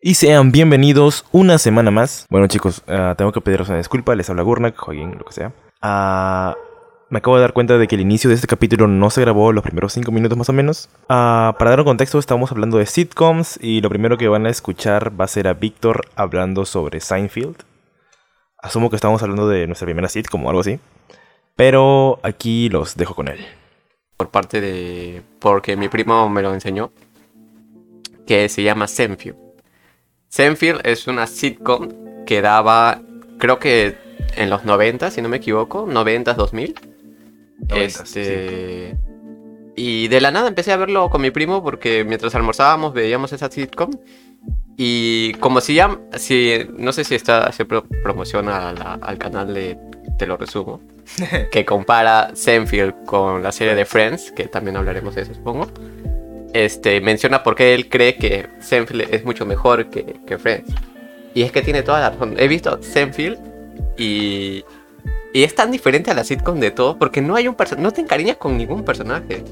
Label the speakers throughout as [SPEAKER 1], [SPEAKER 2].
[SPEAKER 1] Y sean bienvenidos una semana más. Bueno, chicos, eh, tengo que pediros una disculpa. Les habla Gurnak, Joaquín, lo que sea. Ah, me acabo de dar cuenta de que el inicio de este capítulo no se grabó los primeros 5 minutos más o menos. Ah, para dar un contexto, estamos hablando de sitcoms y lo primero que van a escuchar va a ser a Víctor hablando sobre Seinfeld. Asumo que estamos hablando de nuestra primera sitcom o algo así. Pero aquí los dejo con él.
[SPEAKER 2] por parte de. porque mi primo me lo enseñó. Que se llama Senfield. Senfield es una sitcom que daba. Creo que en los 90, si no me equivoco. 90, 2000.
[SPEAKER 1] 90,
[SPEAKER 2] este. Y de la nada empecé a verlo con mi primo porque mientras almorzábamos veíamos esa sitcom. Y como si ya. Si, no sé si está, se pro- promociona a la- al canal de. Te lo resumo. que compara Senfield con la serie de Friends, que también hablaremos de eso, supongo. Este, menciona por qué él cree que Senfield es mucho mejor que, que Friends. Y es que tiene toda la razón. He visto Senfield y, y es tan diferente a la sitcom de todos porque no hay un perso- no te encariñas con ningún personaje.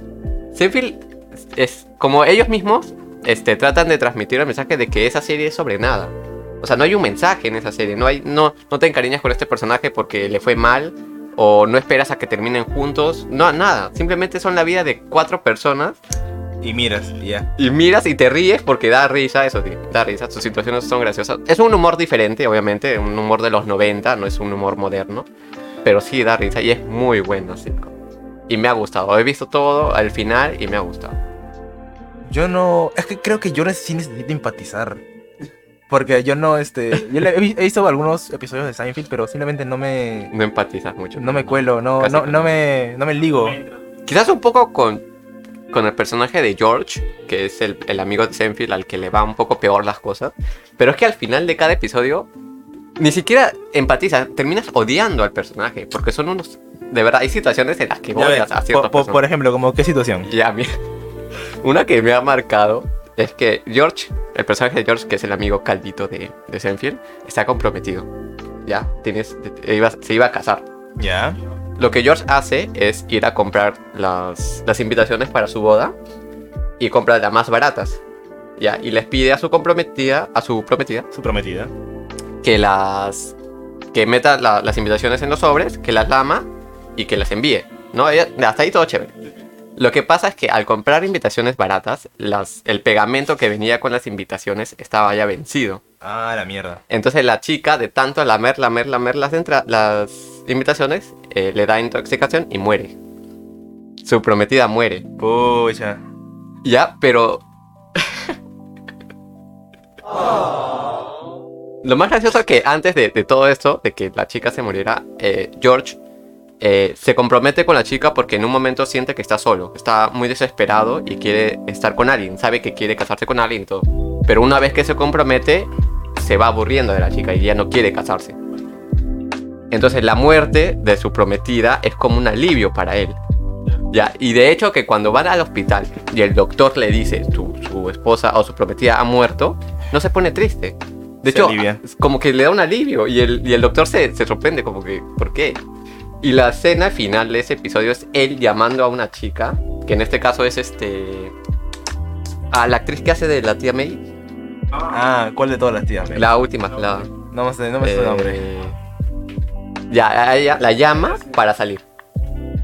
[SPEAKER 2] Seinfeld es, es- como ellos mismos este, tratan de transmitir el mensaje de que esa serie es sobre nada. O sea, no hay un mensaje en esa serie, no hay no no te encariñas con este personaje porque le fue mal o no esperas a que terminen juntos, no nada, simplemente son la vida de cuatro personas
[SPEAKER 1] Y miras, ya.
[SPEAKER 2] y miras y te ríes porque da risa eso, sí, da risa, sus situaciones son graciosas. Es un humor diferente, obviamente, un humor de los 90, no es un humor moderno, pero sí da risa y es muy bueno, así. Y me ha gustado, he visto todo al final y me ha gustado.
[SPEAKER 3] Yo no. Es que creo que yo sí necesito empatizar. Porque yo no, este. Yo le- he, vi- he visto algunos episodios de Seinfeld, pero simplemente no me.
[SPEAKER 2] No empatizas mucho.
[SPEAKER 3] No me cuelo, no,
[SPEAKER 2] Casi
[SPEAKER 3] no,
[SPEAKER 2] que
[SPEAKER 3] no
[SPEAKER 2] no.
[SPEAKER 3] me. No me ligo.
[SPEAKER 2] Quizás un poco con, con el personaje de George, que es el, el amigo de Senfield al que le va un poco peor las cosas. Pero es que al final de cada episodio ni siquiera empatizas, terminas odiando al personaje, porque son unos... De verdad, hay situaciones en las que
[SPEAKER 3] Ya
[SPEAKER 2] odias
[SPEAKER 3] ves,
[SPEAKER 2] a
[SPEAKER 3] po-
[SPEAKER 2] ciertos
[SPEAKER 3] po- por ejemplo, como qué situación.
[SPEAKER 2] Y a mí, una que me ha marcado es que George, el personaje de George, que es el amigo caldito de, de Senfield, está comprometido. Ya, tienes, te- ibas- se iba a casar.
[SPEAKER 1] Ya.
[SPEAKER 2] Lo que George hace es ir a comprar las, las invitaciones para su boda y compra las más baratas. Ya, y les pide a su comprometida, a su prometida,
[SPEAKER 1] Su prometida.
[SPEAKER 2] que las que meta la- las invitaciones en los sobres, que las lama y que las envíe. No, Ella- hasta ahí todo chévere. Lo que pasa es que al comprar invitaciones baratas, las, el pegamento que venía con las invitaciones estaba ya vencido.
[SPEAKER 1] Ah, la mierda.
[SPEAKER 2] Entonces la chica, de tanto lamer, lamer, lamer las, entra- las invitaciones, eh, le da intoxicación y muere. Su prometida muere.
[SPEAKER 1] Pucha.
[SPEAKER 2] Ya, pero. Lo más gracioso es que antes de, de todo esto, de que la chica se muriera, eh, George eh, se compromete con la chica porque en un momento siente que está solo, está muy desesperado y quiere estar con alguien, sabe que quiere casarse con alguien y todo. Pero una vez que se compromete, se va aburriendo de la chica y ya no quiere casarse. Entonces la muerte de su prometida es como un alivio para él. Ya, y de hecho que cuando van al hospital y el doctor le dice su, su esposa o su prometida ha muerto, no se pone triste. De
[SPEAKER 1] Se
[SPEAKER 2] hecho,
[SPEAKER 1] alivia.
[SPEAKER 2] es como que le da un alivio y el, y el doctor se, se sorprende como que, ¿por qué? Y la escena final de ese episodio es él llamando a una chica, que en este caso es este... A la actriz que hace de la tía May,
[SPEAKER 3] Ah, ¿cuál de todas las tías? ve?
[SPEAKER 2] la última, la...
[SPEAKER 3] No me sé, no me sé su
[SPEAKER 2] Eh,
[SPEAKER 3] nombre.
[SPEAKER 2] Ya, a ella la llama para salir.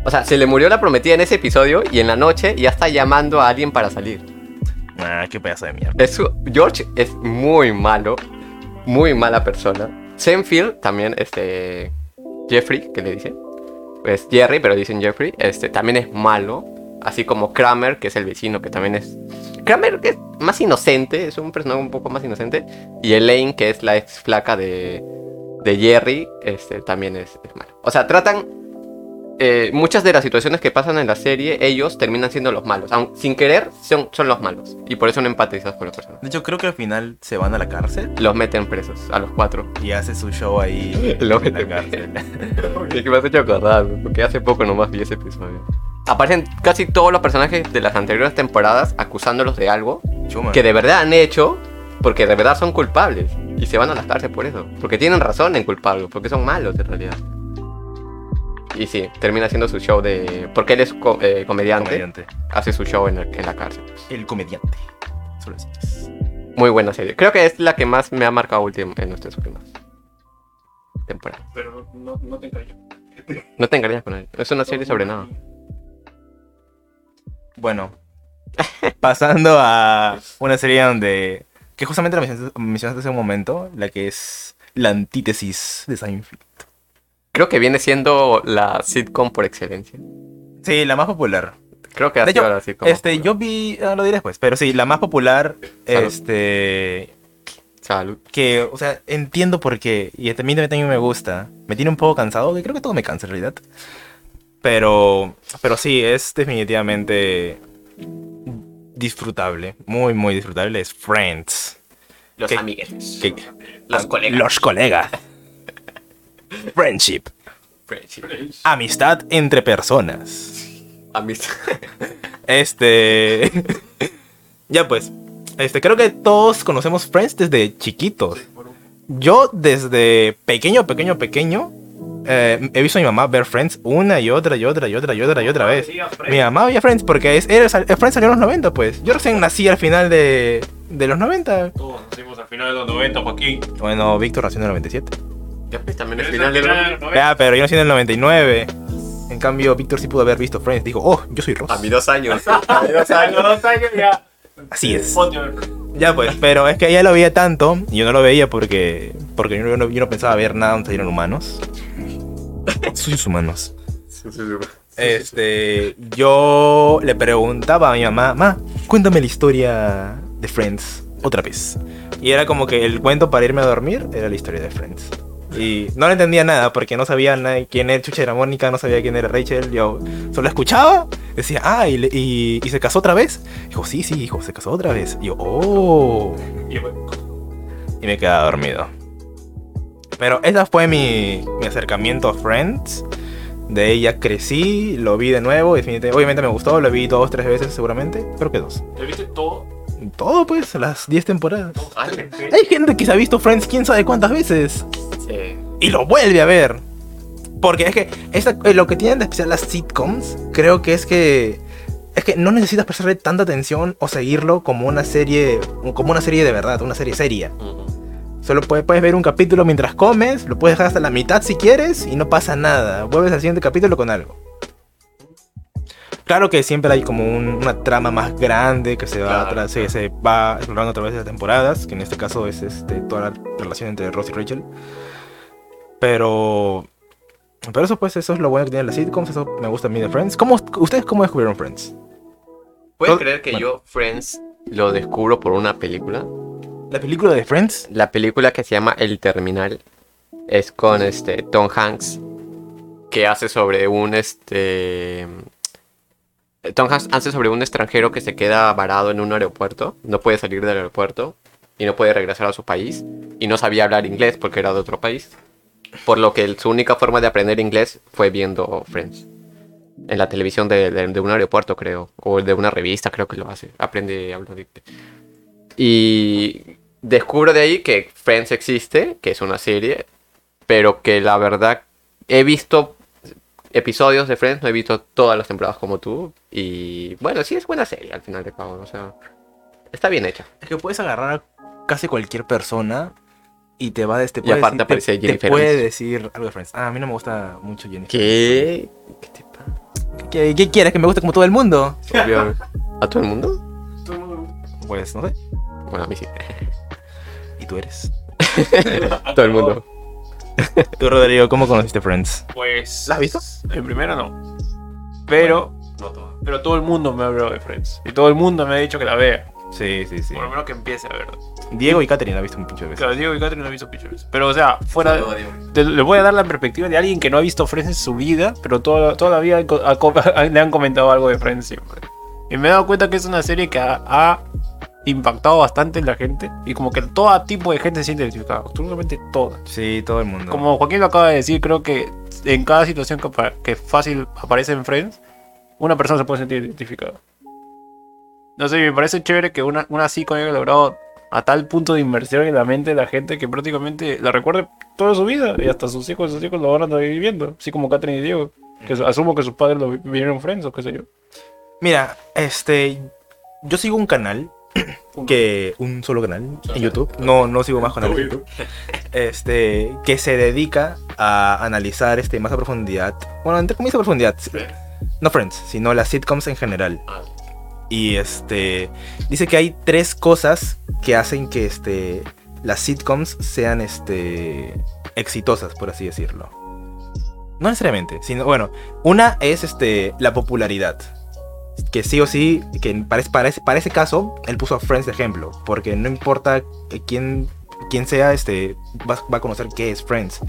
[SPEAKER 2] O sea, se le murió la prometida en ese episodio y en la noche ya está llamando a alguien para salir.
[SPEAKER 1] Ah, qué pedazo de mierda.
[SPEAKER 2] Es su- George es muy malo, muy mala persona. Senfield también, este. Jeffrey, que le dicen. Pues Jerry, pero dicen Jeffrey. Este también es malo. Así como Kramer, que es el vecino, que también es. Kramer que es más inocente, es un personaje un poco más inocente. Y Elaine, que es la ex flaca de, de Jerry, este, también es, es malo. O sea, tratan. eh, muchas de las situaciones que pasan en la serie, ellos terminan siendo los malos. Aun, sin querer, son, son los malos. Y por eso no empatizas con los personajes.
[SPEAKER 3] De hecho, creo que al final se van a la cárcel
[SPEAKER 2] Los meten presos, a los cuatro.
[SPEAKER 3] y hace su show ahí
[SPEAKER 2] Lo
[SPEAKER 3] en la
[SPEAKER 2] meten
[SPEAKER 3] cárcel.
[SPEAKER 2] Es que me has hecho acordar, porque hace poco nomás vi ese episodio. Aparecen casi todos los personajes de las anteriores temporadas acusándolos de algo
[SPEAKER 3] Chuma.
[SPEAKER 2] que de verdad han hecho porque de verdad son culpables y se van a las cárceles por eso. Porque tienen razón en culparlos, porque son malos en realidad. Y sí, termina haciendo su show de... Porque él es co- eh, comediante,
[SPEAKER 1] Comediante.
[SPEAKER 2] hace su show en, el- en la cárcel.
[SPEAKER 1] El comediante. Solo eso.
[SPEAKER 2] Muy buena serie. Creo que es la que más me ha marcado último, en nuestras últimas temporadas.
[SPEAKER 4] Pero no, no te engaño.
[SPEAKER 2] No te engañes con él. Es una serie sobre nada.
[SPEAKER 3] Bueno, pasando a una serie donde. que justamente la mencionaste, mencionaste hace un momento, la que es la antítesis de Seinfeld.
[SPEAKER 2] Creo que viene siendo la sitcom por excelencia.
[SPEAKER 3] Sí, la más popular.
[SPEAKER 2] Creo que ha
[SPEAKER 3] De
[SPEAKER 2] sido
[SPEAKER 3] hecho,
[SPEAKER 2] la sitcom. más
[SPEAKER 3] Este,
[SPEAKER 2] popular.
[SPEAKER 3] yo vi. ah, lo diré después, pero sí, la más popular.
[SPEAKER 2] Salud.
[SPEAKER 3] Este.
[SPEAKER 2] Salud.
[SPEAKER 3] Que, o sea, entiendo por qué. Y también también me gusta. Me tiene un poco cansado, que creo que todo me cansa en realidad. Pero. Pero sí, es definitivamente. disfrutable. Muy, muy disfrutable. Es Friends.
[SPEAKER 2] Los
[SPEAKER 3] ¿Qué-
[SPEAKER 2] amiguetes.
[SPEAKER 3] que-
[SPEAKER 2] Los colegas.
[SPEAKER 3] Los colegas. Friendship. Amistad entre personas.
[SPEAKER 2] Amistad.
[SPEAKER 3] Este. ya pues. Este, creo que todos conocemos Friends desde chiquitos. Yo desde pequeño, pequeño, pequeño. eh, he visto a mi mamá ver Friends una y otra y otra y otra y otra y otra vez. Mi mamá veía Friends porque es, era- eh, Friends salió en los 90, pues. Yo recién nací al final de, de los 90.
[SPEAKER 4] Todos nacimos al final de los 90, Joaquín.
[SPEAKER 3] Bueno, Víctor nació en el 97.
[SPEAKER 2] Ya pues, también
[SPEAKER 4] Pero
[SPEAKER 2] el
[SPEAKER 4] es
[SPEAKER 2] final de la...
[SPEAKER 4] 90.
[SPEAKER 3] Ya, pero yo nací en el 99. En cambio, Víctor sí pudo haber visto Friends. Dijo, oh, yo soy
[SPEAKER 2] A
[SPEAKER 3] Ross.
[SPEAKER 2] mis dos años. A mis dos
[SPEAKER 4] A
[SPEAKER 2] años.
[SPEAKER 4] los dos años ya.
[SPEAKER 3] Así es.
[SPEAKER 4] Ponte.
[SPEAKER 3] Ya pues, pero es que ella lo veía tanto y yo no lo veía porque, porque yo, no, yo no pensaba ver nada donde salieron humanos. Suyos humanos.
[SPEAKER 2] Sí, sí, sí.
[SPEAKER 3] Este, yo le preguntaba a mi mamá, ma, cuéntame la historia de Friends otra vez. Y era como que el cuento para irme a dormir era la historia de Friends. Y no le entendía nada porque no sabía na- quién era Chucha era Mónica, no sabía quién era Rachel. Yo solo escuchaba, decía, ah, y, le- y- y se casó otra vez. Dijo, sí, sí, hijo, se casó otra vez. Y yo, oh
[SPEAKER 4] Y pues, bueno,
[SPEAKER 3] y me quedaba dormido. Pero ese fue mi, mi acercamiento a Friends. De ella crecí, lo vi de nuevo. definitivamente- Obviamente me gustó, lo vi dos, tres veces seguramente. Creo que dos.
[SPEAKER 4] ¿Te viste todo?
[SPEAKER 3] Todo pues, las 10 temporadas.
[SPEAKER 2] Ay,
[SPEAKER 3] Hay gente que se ha visto Friends quién sabe cuántas veces.
[SPEAKER 2] sí.
[SPEAKER 3] Y lo vuelve a ver. Porque es que esta- eh, lo que tienen de especial las sitcoms, creo que es que... Es que no necesitas prestarle tanta atención o seguirlo como una serie, como una serie de verdad, una serie seria.
[SPEAKER 2] Ujú.
[SPEAKER 3] Solo puede- puedes ver un capítulo mientras comes, lo puedes dejar hasta la mitad si quieres y no pasa nada. Vuelves al siguiente capítulo con algo. Claro que siempre hay como un- una trama más grande que se va,
[SPEAKER 2] Claro,
[SPEAKER 3] atrás- se- se va explorando a través de las temporadas, que en este caso es este, toda la relación entre Ross y Rachel. Pero... Pero eso pues, eso es lo bueno que tienen las sitcoms, eso me gusta a mí de Friends. ¿Cómo, ¿Ustedes cómo descubrieron Friends?
[SPEAKER 2] ¿Puedes
[SPEAKER 3] Todo-
[SPEAKER 2] creer que
[SPEAKER 3] bueno.
[SPEAKER 2] yo Friends lo descubro por una película?
[SPEAKER 3] ¿La película de Friends?
[SPEAKER 2] La película que se llama El Terminal es con este Tom Hanks que hace sobre un este Tom Hanks hace sobre un extranjero que se queda varado en un aeropuerto, no puede salir del aeropuerto y no puede regresar a su país y no sabía hablar inglés porque era de otro país. Por lo que el- su única forma de aprender inglés fue viendo Friends. En la televisión de, de- de un aeropuerto, creo. O de una revista, creo que lo hace. Aprende a hablar. de- Y descubro de ahí que Friends existe, que es una serie, pero que la verdad he visto episodios de Friends, no he visto todas las temporadas como tú. Y bueno, sí es buena serie al final de cabo, o sea, está bien hecha.
[SPEAKER 3] Es que puedes agarrar a casi cualquier persona y te va desde.
[SPEAKER 2] Y aparte aparece
[SPEAKER 3] te,
[SPEAKER 2] Jennifer
[SPEAKER 3] puede
[SPEAKER 2] Aniston.
[SPEAKER 3] decir algo de Friends. Ah, a mí no me gusta mucho Jennifer.
[SPEAKER 2] ¿Qué? ¿Qué te pasa?
[SPEAKER 3] ¿Qué, qué quieres? ¿Que me guste como todo el mundo?
[SPEAKER 2] Obvio. ¿A todo el mundo?
[SPEAKER 4] Todo-
[SPEAKER 3] Pues no sé.
[SPEAKER 2] Bueno, a mí sí.
[SPEAKER 3] ¿Y tú eres?
[SPEAKER 2] Todo el mundo.
[SPEAKER 3] Tú, Rodrigo, ¿cómo conociste Friends?
[SPEAKER 4] Pues.
[SPEAKER 3] ¿La has visto?
[SPEAKER 4] En primera no. Pero.
[SPEAKER 2] No todo.
[SPEAKER 4] Pero todo el mundo me ha hablado de Friends. Y todo el mundo me ha dicho que la vea.
[SPEAKER 3] Sí, sí, sí.
[SPEAKER 4] Por lo menos que empiece a verla.
[SPEAKER 3] Diego y Katherine la viste un pinche veces.
[SPEAKER 4] Claro, Diego y Catherine no han visto Pictures. Pero, o sea, fuera de. te- le voy a dar la perspectiva de alguien que no ha visto Friends en su vida, pero toda, toda la vida ha co- ha co- le han comentado algo de Friends siempre. Y me he dado cuenta que es una serie que ha, ha impactado bastante en la gente. Y como que todo tipo de gente se siente identificada. Absolutamente toda.
[SPEAKER 3] Sí, todo el mundo.
[SPEAKER 4] Como Joaquín lo acaba de decir, creo que en cada situación que, apa- que fácil aparece en Friends, una persona se puede sentir identificada. No sé, me parece chévere que una, una sitcom haya logrado a tal punto de inmersión en la mente de la gente que prácticamente la recuerde toda su vida y hasta sus hijos y sus hijos lo van a estar viviendo, así como Catherine y Diego. Que su- asumo que sus padres lo vi- vieron Friends o qué sé yo.
[SPEAKER 3] Mira, este. Yo sigo un canal que un solo canal en YouTube. No, no sigo más canales de YouTube. Este, que se dedica a analizar este más a profundidad. Bueno, entre comillas a profundidad. No Friends, sino las sitcoms en general. Y este dice que hay tres cosas que hacen que este las sitcoms sean este exitosas, por así decirlo. No necesariamente, sino bueno, una es este la popularidad que sí o sí, que para, para ese, para ese caso, él puso a Friends de ejemplo, porque no importa quién, quién sea, este, va, va a conocer qué es Friends.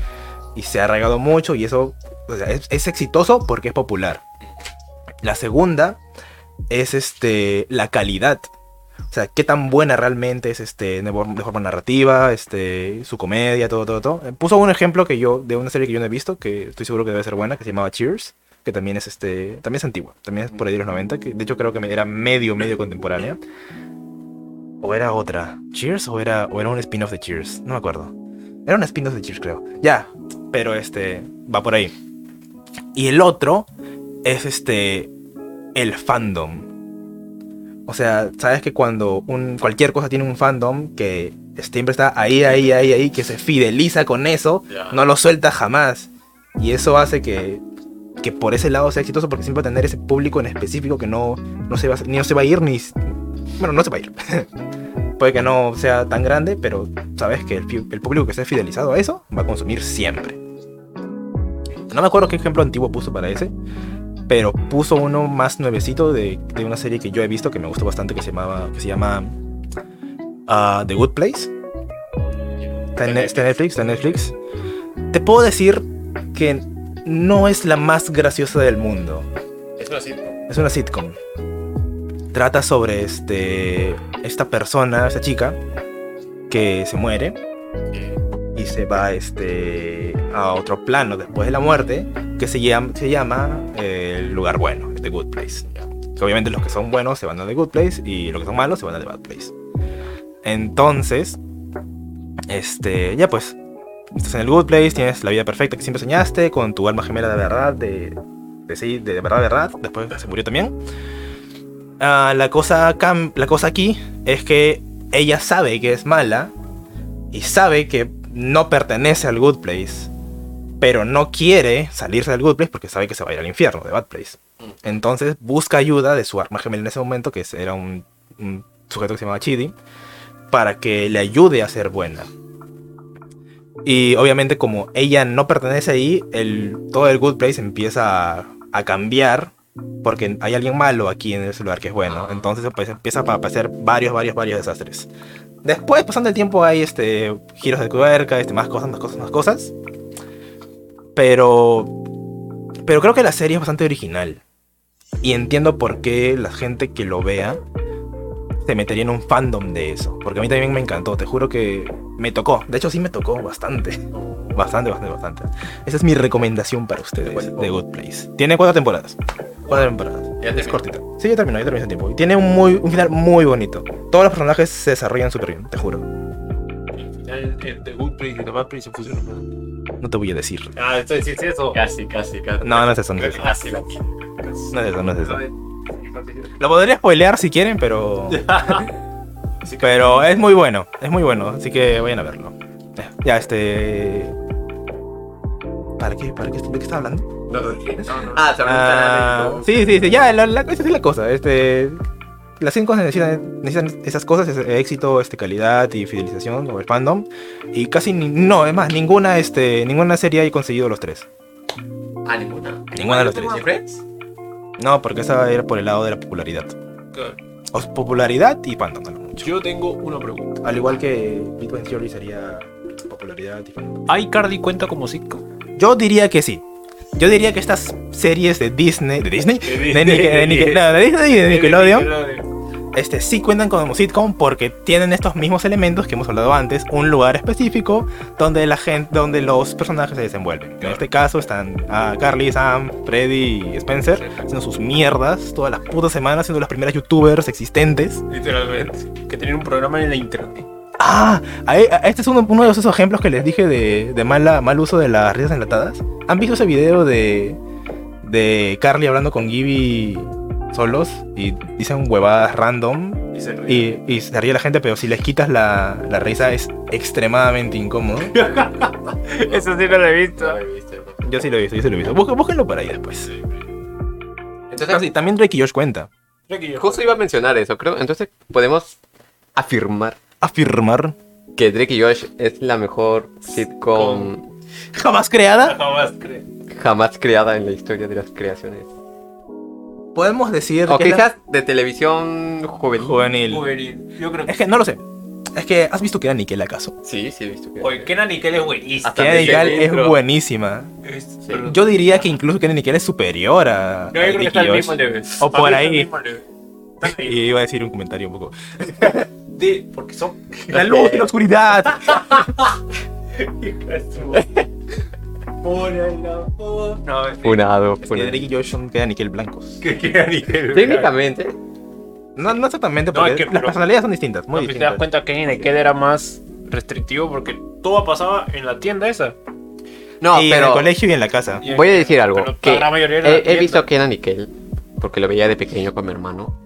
[SPEAKER 3] Y se ha arraigado mucho y eso o sea, es, es exitoso porque es popular. La segunda es este, la calidad. O sea, qué tan buena realmente es este, de for- de forma narrativa, este, su comedia, todo, todo, todo. Puso un ejemplo que yo, de una serie que yo no he visto, que estoy seguro que debe ser buena, que se llamaba Cheers, que también es, este, también es antigua, también es por ahí de los 90, que de hecho creo que me- era medio, medio contemporánea. O era otra, Cheers, o era, o era un spin-off de Cheers, no me acuerdo. Era un spin-off de Cheers, creo. Ya, pero este, va por ahí. Y el otro es este, el fandom. O sea, sabes que cuando un, cualquier cosa tiene un fandom que siempre está ahí, ahí, ahí, ahí, que se fideliza con eso,
[SPEAKER 4] Ya.
[SPEAKER 3] no lo suelta jamás. Y eso hace que, que por ese lado sea exitoso porque siempre va a tener ese público en específico que no, no, se, va, a- ni no se va a ir, ni... Bueno, no se va a ir. Puede que no sea tan grande, pero sabes que el, pi- el público que esté fidelizado a eso va a consumir siempre. No me acuerdo qué ejemplo antiguo puso para ese, pero puso uno más nuevecito de, de una serie que yo he visto que me gustó bastante que se llamaba que se llama ah, The Good Place está en, está en Netflix está en Netflix te puedo decir que no es la más graciosa del mundo
[SPEAKER 4] Es una sitcom.
[SPEAKER 3] es una sitcom trata sobre este esta persona esta chica que se muere y se va este a otro plano después de la muerte que se llama, se llama eh, el lugar bueno, The Good Place. Que obviamente los que son buenos se van a The Good Place y los que son malos se van a The Bad Place. Entonces, este, ya pues, estás en el Good Place, tienes la vida perfecta que siempre soñaste, con tu alma gemela de verdad, de, de, sí, de verdad, de verdad, después se murió también. Ah, la, cosa cam- la cosa aquí es que ella sabe que es mala y sabe que no pertenece al Good Place pero no quiere salirse del Good Place porque sabe que se va a ir al infierno de Bad Place. Entonces busca ayuda de su arma gemela en ese momento, que es- era un, un sujeto que se llamaba Chidi, para que le ayude a ser buena. Y obviamente como ella no pertenece ahí, el, todo el Good Place empieza a, a cambiar porque hay alguien malo aquí en ese lugar que es bueno. Entonces pues, empieza a aparecer varios, varios, varios desastres. Después, pasando el tiempo, hay este, giros de tuerca, este, más cosas, más cosas, más cosas. Pero. Pero creo que la serie es bastante original. Y entiendo por qué la gente que lo vea se metería en un fandom de eso. Porque a mí también me encantó, te juro que me tocó. De hecho, sí me tocó bastante. Bastante, bastante, bastante. Esa es mi recomendación para ustedes de Good Place. Tiene cuatro temporadas. Cuatro temporadas.
[SPEAKER 2] Ya
[SPEAKER 3] Es cortita. Sí, ya terminó, ya terminó ese tiempo. Y tiene un, muy, un final muy bonito. Todos los personajes se desarrollan súper bien, te juro.
[SPEAKER 4] The Good Place y The Bad Place se fusionan.
[SPEAKER 3] No te voy a decir.
[SPEAKER 4] Ah, esto es eso. Casi, casi, casi.
[SPEAKER 3] No, no es eso, no es eso.
[SPEAKER 4] Casi, la
[SPEAKER 3] No es eso, no es eso. Lo podría spoilear si quieren, pero. pero es muy bueno, es muy bueno, así que vayan a verlo. Eh, Ya, este. ¿Para qué? ¿Para qué? ¿De qué estaba hablando?
[SPEAKER 2] Ah, se
[SPEAKER 3] Ah,
[SPEAKER 2] me
[SPEAKER 3] sí, sí, sí, ya, la, la- esa es la cosa. Este, las cinco necesitan, necesitan esas cosas: es- éxito, este, calidad y fidelización o el fandom. Y casi, ni- no, es más, ninguna, este, ninguna serie ha conseguido los tres.
[SPEAKER 2] Ah, ninguna.
[SPEAKER 3] Ninguna de los tres.
[SPEAKER 2] ¿Ni Friends?
[SPEAKER 3] No, porque esa era por el lado de la popularidad. O popularidad y fandom, ¿no?
[SPEAKER 4] Yo tengo una pregunta.
[SPEAKER 3] Al igual que Bitcoin Theory sería popularidad y fandom.
[SPEAKER 4] ¿iCarly cuenta como sitcom?
[SPEAKER 3] Yo diría que sí. Yo diría que estas series de Disney. ¿De Disney? De, Nike- de Nike- no, de Disney y de Nickelodeon. Este, sí cuentan como sitcom porque tienen estos mismos elementos que hemos hablado antes. Un lugar específico donde la gente, donde los personajes se desenvuelven. En este caso están ah, Carly, Sam, Freddy y Spencer haciendo sus mierdas todas las putas semanas, siendo las primeras youtubers existentes.
[SPEAKER 4] Literalmente. Que tienen un programa en la internet.
[SPEAKER 3] Ah, ahí- a- este es uno, uno de esos ejemplos que les dije de, de mala, mal uso de las risas enlatadas. ¿Han visto ese video de, de Carly hablando con Gibby solos y dicen huevadas random?
[SPEAKER 4] Y se ríe.
[SPEAKER 3] Y, y se ríe la gente, pero si les quitas la, la risa es extremadamente incómodo.
[SPEAKER 4] Eso sí no lo he visto.
[SPEAKER 3] Yo sí lo he visto, yo sí lo he visto. Busca- Búsquenlo por ahí después. Ah, sí,
[SPEAKER 2] Entonces,
[SPEAKER 3] también Drake y Josh cuenta.
[SPEAKER 2] justo iba a mencionar eso, creo. Entonces, podemos afirmar
[SPEAKER 3] Afirmar.
[SPEAKER 2] que Drake y Josh es la mejor sitcom
[SPEAKER 3] Jamás creada.
[SPEAKER 4] Jamás creo.
[SPEAKER 2] jamás creada en la historia de las creaciones.
[SPEAKER 3] Podemos decir
[SPEAKER 2] O
[SPEAKER 3] que es la-
[SPEAKER 2] quizás de televisión juvenil.
[SPEAKER 3] juvenil.
[SPEAKER 4] Yo creo
[SPEAKER 3] Es que no lo sé. Es que has visto que era Nickel acaso.
[SPEAKER 2] Sí, sí, he visto que.
[SPEAKER 4] Oye, Kenan y Kel es buenísimo.
[SPEAKER 2] Hasta
[SPEAKER 3] Kena
[SPEAKER 2] me
[SPEAKER 3] Nickel
[SPEAKER 2] hice el
[SPEAKER 3] es
[SPEAKER 2] intro.
[SPEAKER 3] buenísima.
[SPEAKER 4] Es-
[SPEAKER 2] Sí.
[SPEAKER 4] pero-
[SPEAKER 3] Yo diría que incluso Kena Nickel es superior a,
[SPEAKER 4] No,
[SPEAKER 3] a
[SPEAKER 4] yo creo que
[SPEAKER 3] Drake
[SPEAKER 4] está
[SPEAKER 3] y
[SPEAKER 4] al
[SPEAKER 3] Josh.
[SPEAKER 4] mismo nivel.
[SPEAKER 3] O
[SPEAKER 4] Para
[SPEAKER 3] por
[SPEAKER 4] mí está al
[SPEAKER 3] ahí.
[SPEAKER 4] mismo nivel. Está al
[SPEAKER 3] Y
[SPEAKER 4] mismo-
[SPEAKER 3] iba a decir un comentario un poco.
[SPEAKER 4] de- Porque son.
[SPEAKER 3] La
[SPEAKER 2] Eh,
[SPEAKER 3] luz y la oscuridad.
[SPEAKER 4] Por la foda. No, es
[SPEAKER 2] Funado,
[SPEAKER 3] Es que
[SPEAKER 2] funado.
[SPEAKER 3] Drake y Josh son Kena Nickel blancos.
[SPEAKER 4] que Kenan y Kel.
[SPEAKER 2] Técnicamente,
[SPEAKER 3] No, no exactamente,
[SPEAKER 4] No,
[SPEAKER 3] porque
[SPEAKER 4] es que-
[SPEAKER 3] las
[SPEAKER 4] pero-
[SPEAKER 3] personalidades son distintas,
[SPEAKER 4] No,
[SPEAKER 3] muy
[SPEAKER 4] si te das
[SPEAKER 3] distintas.
[SPEAKER 4] cuenta, Kenan y Kel era más restrictivo porque todo pasaba en la tienda esa.
[SPEAKER 2] No,
[SPEAKER 3] y en el
[SPEAKER 2] pero
[SPEAKER 3] colegio y en la casa.
[SPEAKER 4] Y en-
[SPEAKER 2] voy a decir algo.
[SPEAKER 4] pero la
[SPEAKER 2] que
[SPEAKER 4] gran mayoría era
[SPEAKER 2] he,
[SPEAKER 4] la
[SPEAKER 2] he
[SPEAKER 4] tienda.
[SPEAKER 2] visto que era Nickel, porque lo veía de pequeño con mi hermano.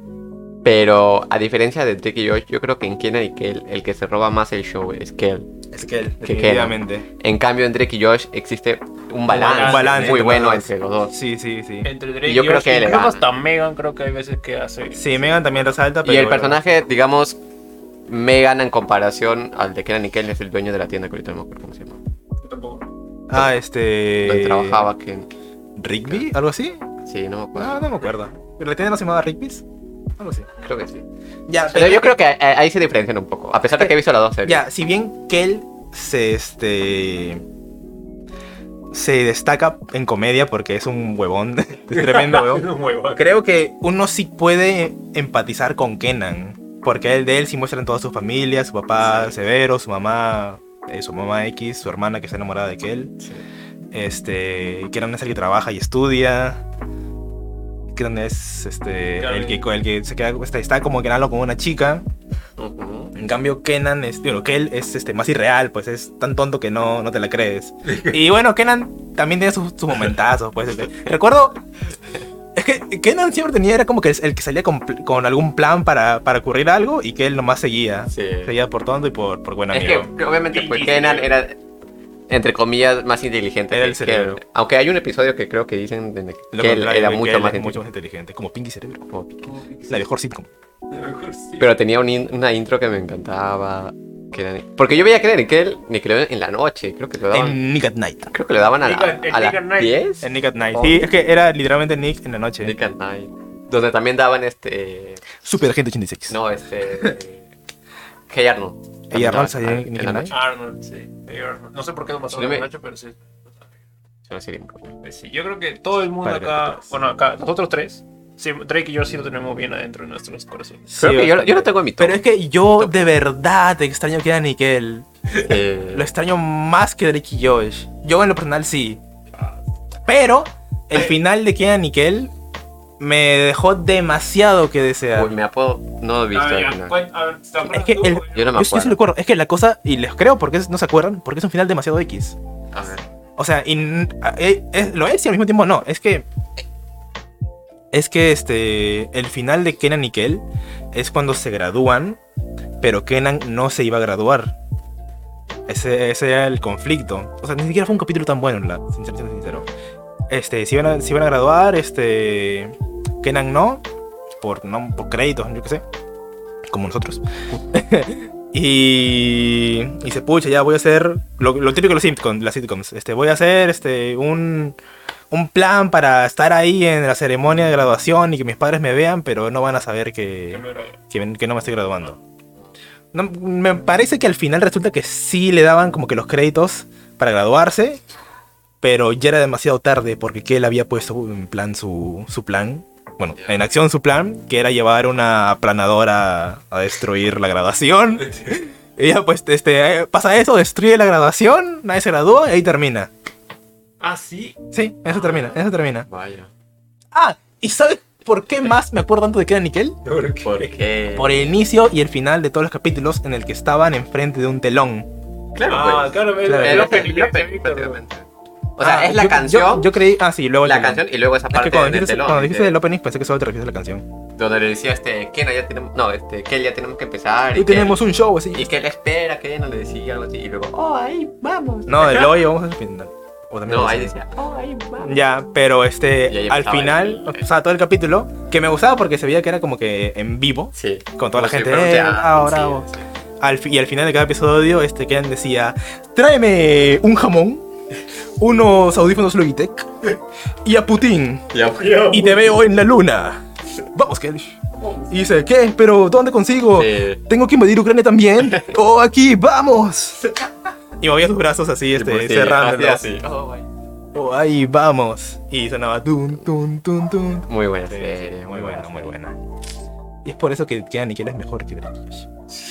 [SPEAKER 2] Pero a diferencia de Drake y Josh, yo creo que en Kenan y Kel el que se roba más el show es Kel.
[SPEAKER 3] Es que
[SPEAKER 2] definitivamente. En cambio, en Drake y Josh existe un balance,
[SPEAKER 4] balance,
[SPEAKER 2] muy
[SPEAKER 3] entre
[SPEAKER 2] bueno
[SPEAKER 3] los dos.
[SPEAKER 2] entre los dos.
[SPEAKER 3] Sí, sí, sí.
[SPEAKER 4] Entre Drake
[SPEAKER 2] Y yo
[SPEAKER 4] y
[SPEAKER 2] creo
[SPEAKER 4] Josh,
[SPEAKER 2] que
[SPEAKER 4] y
[SPEAKER 2] él le
[SPEAKER 4] creo que
[SPEAKER 2] gana.
[SPEAKER 4] hasta Megan creo que hay veces que hace.
[SPEAKER 3] Sí, Megan también resalta, Ah, pero.
[SPEAKER 2] Y el personaje, digamos, Megan en comparación al de Kenan y Kel es el dueño de la tienda que ahorita no me acuerdo cómo se llama.
[SPEAKER 4] Yo tampoco.
[SPEAKER 3] Ah, este.
[SPEAKER 2] Donde trabajaba Ken.
[SPEAKER 3] ¿Rigby? ¿Algo así? Ah,
[SPEAKER 2] Sí, no me acuerdo.
[SPEAKER 3] No, no me acuerdo. ¿Pero la tienda no se llamaba Rigby's? Algo así.
[SPEAKER 2] Creo que sí.
[SPEAKER 3] Ya,
[SPEAKER 2] Pero yo creo que eh, ahí se diferencian un poco. A pesar de que he visto las dos series.
[SPEAKER 3] Ah, Ya, si bien Kel se este. Se destaca en comedia porque es un huevón. es tremendo huevón.
[SPEAKER 4] Es un huevón.
[SPEAKER 3] Creo que uno sí puede empatizar con Kenan. Porque él, de él sí muestran toda su familia, su papá severo, su mamá, eh, su mamá X, su hermana que está enamorada de Kel. Este, Kenan es el que trabaja y estudia. Kenan es este,
[SPEAKER 4] Claro.
[SPEAKER 3] el, que, el que se queda, está, está como que en algo con una chica.
[SPEAKER 2] Ujú.
[SPEAKER 3] En cambio, Kenan es, bueno, Kel es este, más irreal, pues es tan tonto que no, no te la crees. Y bueno, Kenan también tiene sus, sus momentazos, pues. este. Recuerdo, es que Kenan siempre tenía, era como que es el que salía con, pl- con algún plan para, para ocurrir algo y que él nomás seguía.
[SPEAKER 2] Sí.
[SPEAKER 3] Seguía por tonto y por, por buen
[SPEAKER 2] Es
[SPEAKER 3] amigo.
[SPEAKER 2] que, que obviamente pues,
[SPEAKER 4] Sí, sí,
[SPEAKER 2] Kenan
[SPEAKER 4] sí.
[SPEAKER 2] era, entre comillas, más inteligente.
[SPEAKER 3] Era
[SPEAKER 2] que-
[SPEAKER 3] el cerebro.
[SPEAKER 2] que- aunque hay un episodio que creo que dicen de-
[SPEAKER 3] Lo
[SPEAKER 2] que él
[SPEAKER 3] contrario,
[SPEAKER 2] era
[SPEAKER 3] que
[SPEAKER 2] mucho
[SPEAKER 3] él
[SPEAKER 2] más
[SPEAKER 3] es mucho
[SPEAKER 2] inteligente.
[SPEAKER 3] más inteligente, como Pinky Cerebro. La mejor sitcom.
[SPEAKER 2] Pero tenía un in- una intro que me encantaba. que era- porque yo veía que era Nickel, Nickelodeon en la noche. Creo que lo daban,
[SPEAKER 3] En Nick at Night.
[SPEAKER 2] creo que lo daban a, la-
[SPEAKER 4] Nick at- en
[SPEAKER 2] a
[SPEAKER 4] Nick at
[SPEAKER 2] las
[SPEAKER 4] Night.
[SPEAKER 2] 10.
[SPEAKER 3] En Nick at Night.
[SPEAKER 2] Oh.
[SPEAKER 3] Sí, es que era literalmente Nick en la noche.
[SPEAKER 2] Nick at Night. Donde también daban este.
[SPEAKER 3] Super Agente 86.
[SPEAKER 2] No, este. Hey Arnold. ah,
[SPEAKER 3] Hey Arnold salía en
[SPEAKER 2] en
[SPEAKER 3] Nick
[SPEAKER 2] la
[SPEAKER 3] at
[SPEAKER 2] noche.
[SPEAKER 4] Arnold, sí. Hey, Arnold. No sé por qué lo pasó
[SPEAKER 2] Sí, me-
[SPEAKER 4] Nacho, pero sí.
[SPEAKER 2] Es una serie muy buena.
[SPEAKER 4] Pues sí, Yo creo que todo el mundo
[SPEAKER 3] Para que
[SPEAKER 4] acá,
[SPEAKER 2] pues.
[SPEAKER 3] toques.
[SPEAKER 4] bueno, acá, nosotros tres, sí, Drake y yo sí lo tenemos bien adentro de nuestros corazones.
[SPEAKER 3] Sí,
[SPEAKER 2] Creo que yo, yo lo
[SPEAKER 3] bastante.
[SPEAKER 2] tengo en mi top.
[SPEAKER 3] Pero es que yo de verdad extraño que era Nickel.
[SPEAKER 2] Eh,
[SPEAKER 3] Lo extraño más que Drake y Josh. Yo en lo personal sí.
[SPEAKER 2] Ah.
[SPEAKER 3] Pero
[SPEAKER 2] Eh.
[SPEAKER 3] el final de Kenan Nickel me dejó demasiado que desear.
[SPEAKER 2] uy, me apodo. No he visto
[SPEAKER 4] A ver,
[SPEAKER 2] el
[SPEAKER 4] Ah, ya,
[SPEAKER 2] final.
[SPEAKER 4] cuen- a ver, ¿te acuerdas
[SPEAKER 3] Es que
[SPEAKER 4] tú?
[SPEAKER 3] el-
[SPEAKER 2] Yo no me
[SPEAKER 3] Yo, sí- yo sí
[SPEAKER 2] acuerdo.
[SPEAKER 3] lo recuerdo. Es que la cosa, y les creo porque es- no se acuerdan, porque es un final demasiado X.
[SPEAKER 2] A ver.
[SPEAKER 3] O sea, y n- a- e- es- lo es y al mismo tiempo no. Es que. Es que este. El final de Kenan y Kel es cuando se gradúan, pero Kenan no se iba a graduar. Ese, ese era el conflicto. O sea, ni siquiera fue un capítulo tan bueno, la, sin ser siendo sincero. Este, si iban a, se iban a graduar, este. Kenan no, por, no, por créditos, yo qué sé. Como nosotros. Y, y se pucha, ya voy a hacer lo, lo típico de los sitcoms, las sitcoms. Este, voy a hacer este, un, un plan para estar ahí en la ceremonia de graduación y que mis padres me vean, pero no van a saber que, que, que no me estoy graduando. No, me parece que al final resulta que sí le daban como que los créditos para graduarse, pero ya era demasiado tarde porque que él había puesto en plan su, su plan, bueno, en acción su plan, que era llevar una aplanadora a destruir la graduación. Y ya pues este, eh, pasa eso, destruye la graduación, nadie se gradúa y ahí termina.
[SPEAKER 4] Ah, sí.
[SPEAKER 3] Sí, eso termina, eso termina.
[SPEAKER 2] Vaya.
[SPEAKER 3] Ah, ¿y sabes por qué más me acuerdo tanto de que era Nickel?
[SPEAKER 2] Porque.
[SPEAKER 3] por el inicio y el final de todos los capítulos en el que estaban enfrente de un telón.
[SPEAKER 2] Claro,
[SPEAKER 4] Ah,
[SPEAKER 2] pues.
[SPEAKER 4] claro,
[SPEAKER 3] Claro,
[SPEAKER 4] el
[SPEAKER 2] El
[SPEAKER 4] Open
[SPEAKER 2] Open
[SPEAKER 4] López,
[SPEAKER 2] prácticamente. O sea,
[SPEAKER 3] Ah,
[SPEAKER 2] es la
[SPEAKER 3] yo-
[SPEAKER 2] canción,
[SPEAKER 3] Yo, yo creí. Ah, sí, luego
[SPEAKER 2] la
[SPEAKER 3] el telón.
[SPEAKER 2] canción y luego esa
[SPEAKER 3] Es que
[SPEAKER 2] parte
[SPEAKER 3] cuando
[SPEAKER 2] del
[SPEAKER 3] dijiste,
[SPEAKER 2] telón.
[SPEAKER 3] cuando dijiste
[SPEAKER 2] de-
[SPEAKER 3] del opening pensé que solo te refieres a la canción.
[SPEAKER 2] Donde le decía, este, Ken, ya tenemos. No, este, Kel, ya tenemos que empezar.
[SPEAKER 3] Y
[SPEAKER 2] Kel-
[SPEAKER 3] tenemos un show así.
[SPEAKER 2] Y que él espera que no le decía algo así. Y luego, oh, ahí vamos.
[SPEAKER 3] No, del hoyo vamos al final. O también
[SPEAKER 2] No,
[SPEAKER 3] al
[SPEAKER 2] ahí
[SPEAKER 3] final.
[SPEAKER 2] decía, oh, ahí vamos.
[SPEAKER 3] Ya, pero
[SPEAKER 2] Y ahí
[SPEAKER 3] este, al
[SPEAKER 2] empezaba
[SPEAKER 3] final,
[SPEAKER 2] el-
[SPEAKER 3] o sea, todo el capítulo, que me gustaba porque se veía que era como que en vivo,
[SPEAKER 2] Sí.
[SPEAKER 3] con toda la
[SPEAKER 2] Como si
[SPEAKER 3] gente,
[SPEAKER 2] fuera un
[SPEAKER 3] "Eh,
[SPEAKER 2] teatro,
[SPEAKER 3] bravo,
[SPEAKER 2] sí,
[SPEAKER 3] bravo".
[SPEAKER 2] sí.
[SPEAKER 3] al fi- y al final de cada episodio, este, Ken decía, tráeme un jamón, unos audífonos Logitech, y a Putin, y te veo en la luna. Vamos, Ken. Y dice, ¿qué? ¿Pero dónde consigo?
[SPEAKER 2] Sí.
[SPEAKER 3] ¿Tengo que invadir Ucrania también? ¡Oh, aquí, vamos! Y movía sus brazos así,
[SPEAKER 2] Y por
[SPEAKER 3] este,
[SPEAKER 2] sí,
[SPEAKER 3] cerrándolos.
[SPEAKER 2] así, así. Oh, ahí.
[SPEAKER 3] Oh, ahí vamos. Y sonaba tun, tun, tun, tun.
[SPEAKER 2] Muy buena
[SPEAKER 3] Sí,
[SPEAKER 2] serie, muy buena,
[SPEAKER 3] Eh, muy buena. Y es por eso que Keanu Nickel es mejor que Drake Josh.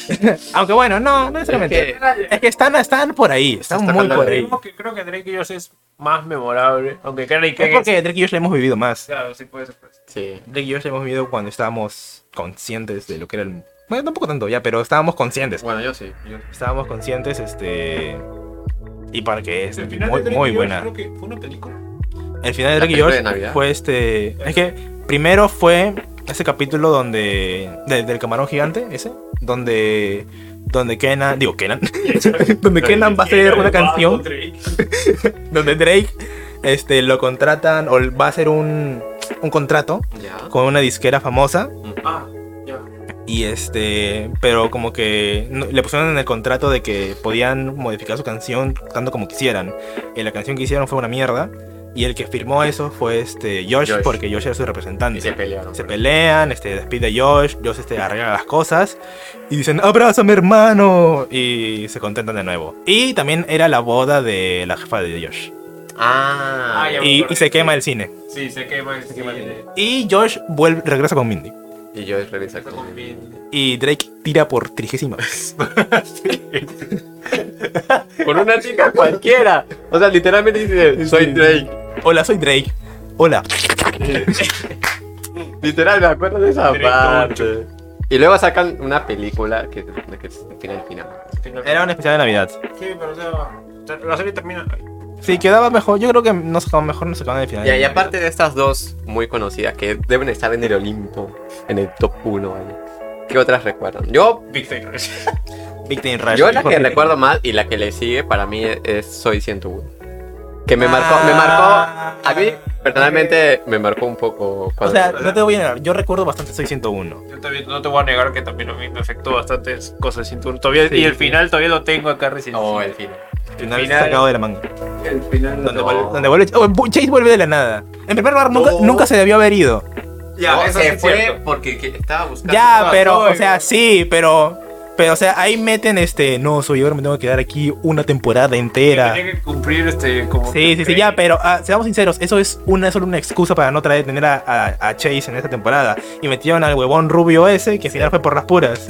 [SPEAKER 3] Aunque bueno, no, no necesariamente. Es que, están, están por ahí, están
[SPEAKER 2] Está
[SPEAKER 3] muy
[SPEAKER 2] jalando
[SPEAKER 3] por
[SPEAKER 2] el
[SPEAKER 3] ahí.
[SPEAKER 4] Creo que, creo que Drake y Josh es más memorable. Aunque Kenny
[SPEAKER 3] Es porque Drake y Josh la hemos vivido más.
[SPEAKER 4] Claro, sí puede ser. pues.
[SPEAKER 2] Sí.
[SPEAKER 3] Drake y Josh la hemos vivido cuando estábamos conscientes de lo que era el... Bueno, tampoco tanto ya, pero estábamos conscientes.
[SPEAKER 2] Bueno, yo sí. yo-
[SPEAKER 3] Estábamos conscientes, este... Y para que es
[SPEAKER 4] El final de
[SPEAKER 3] muy,
[SPEAKER 4] Drake
[SPEAKER 3] muy
[SPEAKER 4] y Josh
[SPEAKER 3] buena.
[SPEAKER 4] Creo que fue una película.
[SPEAKER 3] El final de
[SPEAKER 2] La
[SPEAKER 3] Drake y
[SPEAKER 2] película de
[SPEAKER 3] Josh
[SPEAKER 2] Navidad.
[SPEAKER 3] fue este. Es que primero fue ese capítulo donde. de- del camarón gigante, ese. Donde. Donde Kenan. Digo, Kenan. donde Kenan va a hacer una canción. Donde Drake. Este, lo contratan. O va a hacer un. Un contrato
[SPEAKER 2] Ya.
[SPEAKER 3] con una disquera famosa.
[SPEAKER 4] Ah, ya.
[SPEAKER 3] Y este. Pero como que. no- le pusieron en el contrato de que podían modificar su canción tanto como quisieran. Y la canción que hicieron fue una mierda. Y el que firmó eso fue este Josh,
[SPEAKER 2] Josh.
[SPEAKER 3] porque Josh era su representante.
[SPEAKER 2] Y se pelearon.
[SPEAKER 3] Se pelean, este, despide a Josh, Josh este, arregla las cosas y dicen, abrázame hermano, y se contentan de nuevo. Y también era la boda de la jefa de Josh.
[SPEAKER 2] Ah,
[SPEAKER 4] Ah, ya.
[SPEAKER 3] Y, y se quema el cine.
[SPEAKER 4] Sí, se quema, se quema. el-
[SPEAKER 3] Y Josh vuelve, regresa con Mindy.
[SPEAKER 2] Y yo revisé con
[SPEAKER 3] Y Drake tira por trigésima vez.
[SPEAKER 2] Con una chica cualquiera. O sea, literalmente dice, soy Drake.
[SPEAKER 3] Hola, soy Drake. Hola.
[SPEAKER 2] Literal, me acuerdo de esa
[SPEAKER 4] Drake
[SPEAKER 2] parte. Y luego sacan una película que, que es el final final.
[SPEAKER 3] Era un especial de Navidad.
[SPEAKER 4] Sí, pero o sea, la serie termina.
[SPEAKER 3] Sí, quedaba mejor. Yo creo que nos sacaban mejor, nos sacaban el final.
[SPEAKER 2] Ya,
[SPEAKER 3] de
[SPEAKER 2] y
[SPEAKER 3] Navidad.
[SPEAKER 2] aparte de estas dos muy conocidas que deben estar en el Olimpo, en el top 1, ¿qué otras recuerdan? Yo,
[SPEAKER 4] Big Thing.
[SPEAKER 3] Big Time Rush.
[SPEAKER 2] yo la que
[SPEAKER 3] Porque-
[SPEAKER 2] recuerdo más y la que le sigue para mí es Soy 101. Que me marcó, me marcó,
[SPEAKER 3] Ah.
[SPEAKER 2] a mí personalmente me marcó un poco
[SPEAKER 3] O
[SPEAKER 2] cuando...
[SPEAKER 3] sea, no te voy a negar, yo recuerdo bastante 601.
[SPEAKER 4] Yo también no te voy a negar que también a mí me afectó bastantes cosas sin turno. Todavía, y el final todavía lo tengo acá recién.
[SPEAKER 2] No, el final.
[SPEAKER 3] El final,
[SPEAKER 4] final-
[SPEAKER 3] sacado de la manga.
[SPEAKER 4] El final.
[SPEAKER 3] Donde
[SPEAKER 2] No.
[SPEAKER 3] vuelve, donde vuelve- oh, bu- Chase vuelve de la nada. En primer lugar, nunca,
[SPEAKER 2] No.
[SPEAKER 3] nunca se debió haber ido.
[SPEAKER 2] No,
[SPEAKER 4] Ya, eso sí
[SPEAKER 2] se
[SPEAKER 4] es
[SPEAKER 2] fue
[SPEAKER 4] cierto.
[SPEAKER 2] porque que- estaba buscando...
[SPEAKER 3] Ya,
[SPEAKER 4] no,
[SPEAKER 3] pero,
[SPEAKER 4] no,
[SPEAKER 3] o sea,
[SPEAKER 4] no.
[SPEAKER 3] sí, pero. Pero, o sea, ahí meten este. No, soy yo, ahora me tengo que quedar aquí una temporada entera.
[SPEAKER 4] Tenía que cumplir este como.
[SPEAKER 3] Sí, sí, sí, ya, pero ah, seamos sinceros, eso es una solo una excusa para no traer tener a, a- a Chase en esta temporada. Y metieron al huevón rubio ese, que al final fue por las puras.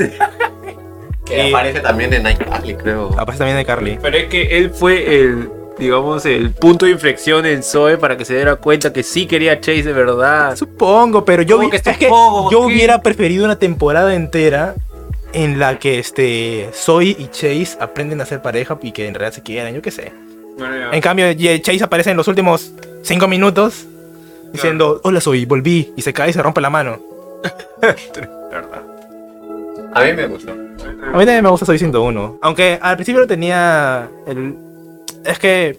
[SPEAKER 2] Que
[SPEAKER 3] Y-
[SPEAKER 2] aparece también en Night Alley, creo.
[SPEAKER 3] Aparece también de Carly.
[SPEAKER 4] Pero es que él fue el, digamos, el punto de inflexión en Zoe para que se diera cuenta que sí quería a Chase de verdad.
[SPEAKER 3] Ah, Supongo, pero yo
[SPEAKER 4] ¿Cómo
[SPEAKER 3] vi-
[SPEAKER 4] Oh, que
[SPEAKER 3] es que
[SPEAKER 4] supongo?
[SPEAKER 3] yo
[SPEAKER 4] ¿Qué?
[SPEAKER 3] hubiera preferido una temporada entera en la que este Zoe y Chase aprenden a ser pareja y que en realidad se quieran, yo qué sé.
[SPEAKER 4] Ah.
[SPEAKER 3] En cambio, Ye- Chase aparece en los últimos cinco minutos diciendo, "Hola, Zoe, volví" y se cae y se rompe la mano.
[SPEAKER 2] A mí me gustó.
[SPEAKER 3] A mí también me gusta Soy 101, aunque al principio lo tenía el es que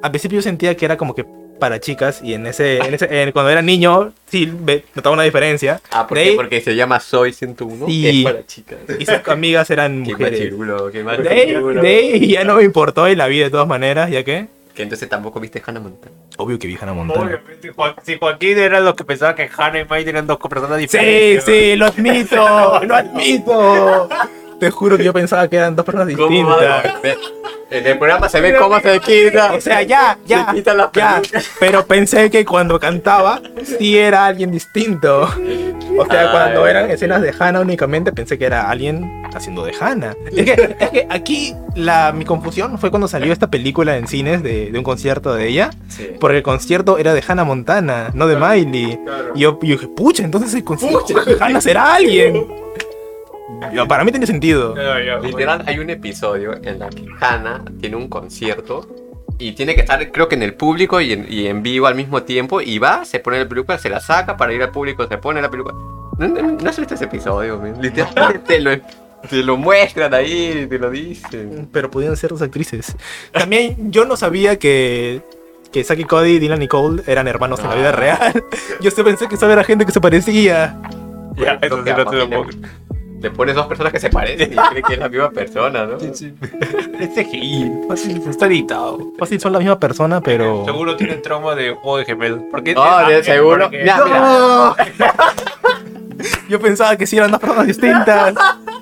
[SPEAKER 3] al principio yo sentía que era como que para chicas y en ese, en ese en- cuando era niño sí ve- notaba una diferencia.
[SPEAKER 2] Ah, ¿por
[SPEAKER 3] De
[SPEAKER 2] qué?
[SPEAKER 3] ahí-
[SPEAKER 2] Porque se llama Soy 101.
[SPEAKER 3] Sí.
[SPEAKER 2] Es para chicas.
[SPEAKER 3] y sus amigas eran
[SPEAKER 2] Qué
[SPEAKER 3] mujeres.
[SPEAKER 2] machirulo, qué
[SPEAKER 3] De ahí,
[SPEAKER 2] machirulo.
[SPEAKER 3] de ahí ya no me importó y la vi de todas maneras, ya que
[SPEAKER 2] Que entonces tampoco viste Hannah Montana.
[SPEAKER 3] obvio que vi Hannah Montana.
[SPEAKER 4] Obviamente, Joa- si Joaquín era los que pensaba que Hannah y Mike eran dos personas
[SPEAKER 3] Sí,
[SPEAKER 4] diferentes.
[SPEAKER 3] sí, lo admito, lo admito. Te juro que yo pensaba que eran dos personas distintas.
[SPEAKER 2] Ve- En el programa se ve cómo se quita.
[SPEAKER 3] O sea, ya, ya,
[SPEAKER 2] Se quita la
[SPEAKER 3] ya. Pero pensé que cuando cantaba sí era alguien distinto. O sea,
[SPEAKER 2] Ay.
[SPEAKER 3] cuando eran escenas de Hannah únicamente pensé que era alguien haciendo de Hannah. Es que, es que aquí la, mi confusión fue cuando salió esta película en cines de, de un concierto de ella.
[SPEAKER 2] Sí.
[SPEAKER 3] Porque el concierto era de Hannah Montana, no de Miley.
[SPEAKER 4] claro.
[SPEAKER 3] Y yo, y yo dije, pucha, entonces el concierto de Hannah será alguien. Yo- para mí tenía sentido.
[SPEAKER 4] No, ya, bueno.
[SPEAKER 2] Literal, hay un episodio en la que Hannah tiene un concierto y tiene que estar, creo que en el público y en, y en vivo al mismo tiempo. Y va, se pone la peluca, se la saca para ir al público, se pone la peluca. No, no, no has visto ese episodio, man. literalmente te lo, te lo muestran ahí, te lo dicen.
[SPEAKER 3] Pero pudieron ser dos actrices. También yo no sabía que, que Saki Cody y Dylan y Cole eran hermanos en la
[SPEAKER 4] Ah.
[SPEAKER 3] vida real. Yo se pensé que solo era gente que se parecía.
[SPEAKER 4] Ya, eso sí, no te lo puedo
[SPEAKER 2] Imagínate. Le pones dos personas que se parecen y cree que es la misma persona, ¿no?
[SPEAKER 4] Este fácil, está editado.
[SPEAKER 3] Fácil, son la misma persona, pero.
[SPEAKER 4] Seguro tienen trauma de juego de gemelos. Porque ah, eh,
[SPEAKER 2] No, de seguro.
[SPEAKER 4] porque-
[SPEAKER 2] Mira, mira.
[SPEAKER 3] ¡No! Yo pensaba que sí eran dos personas distintas.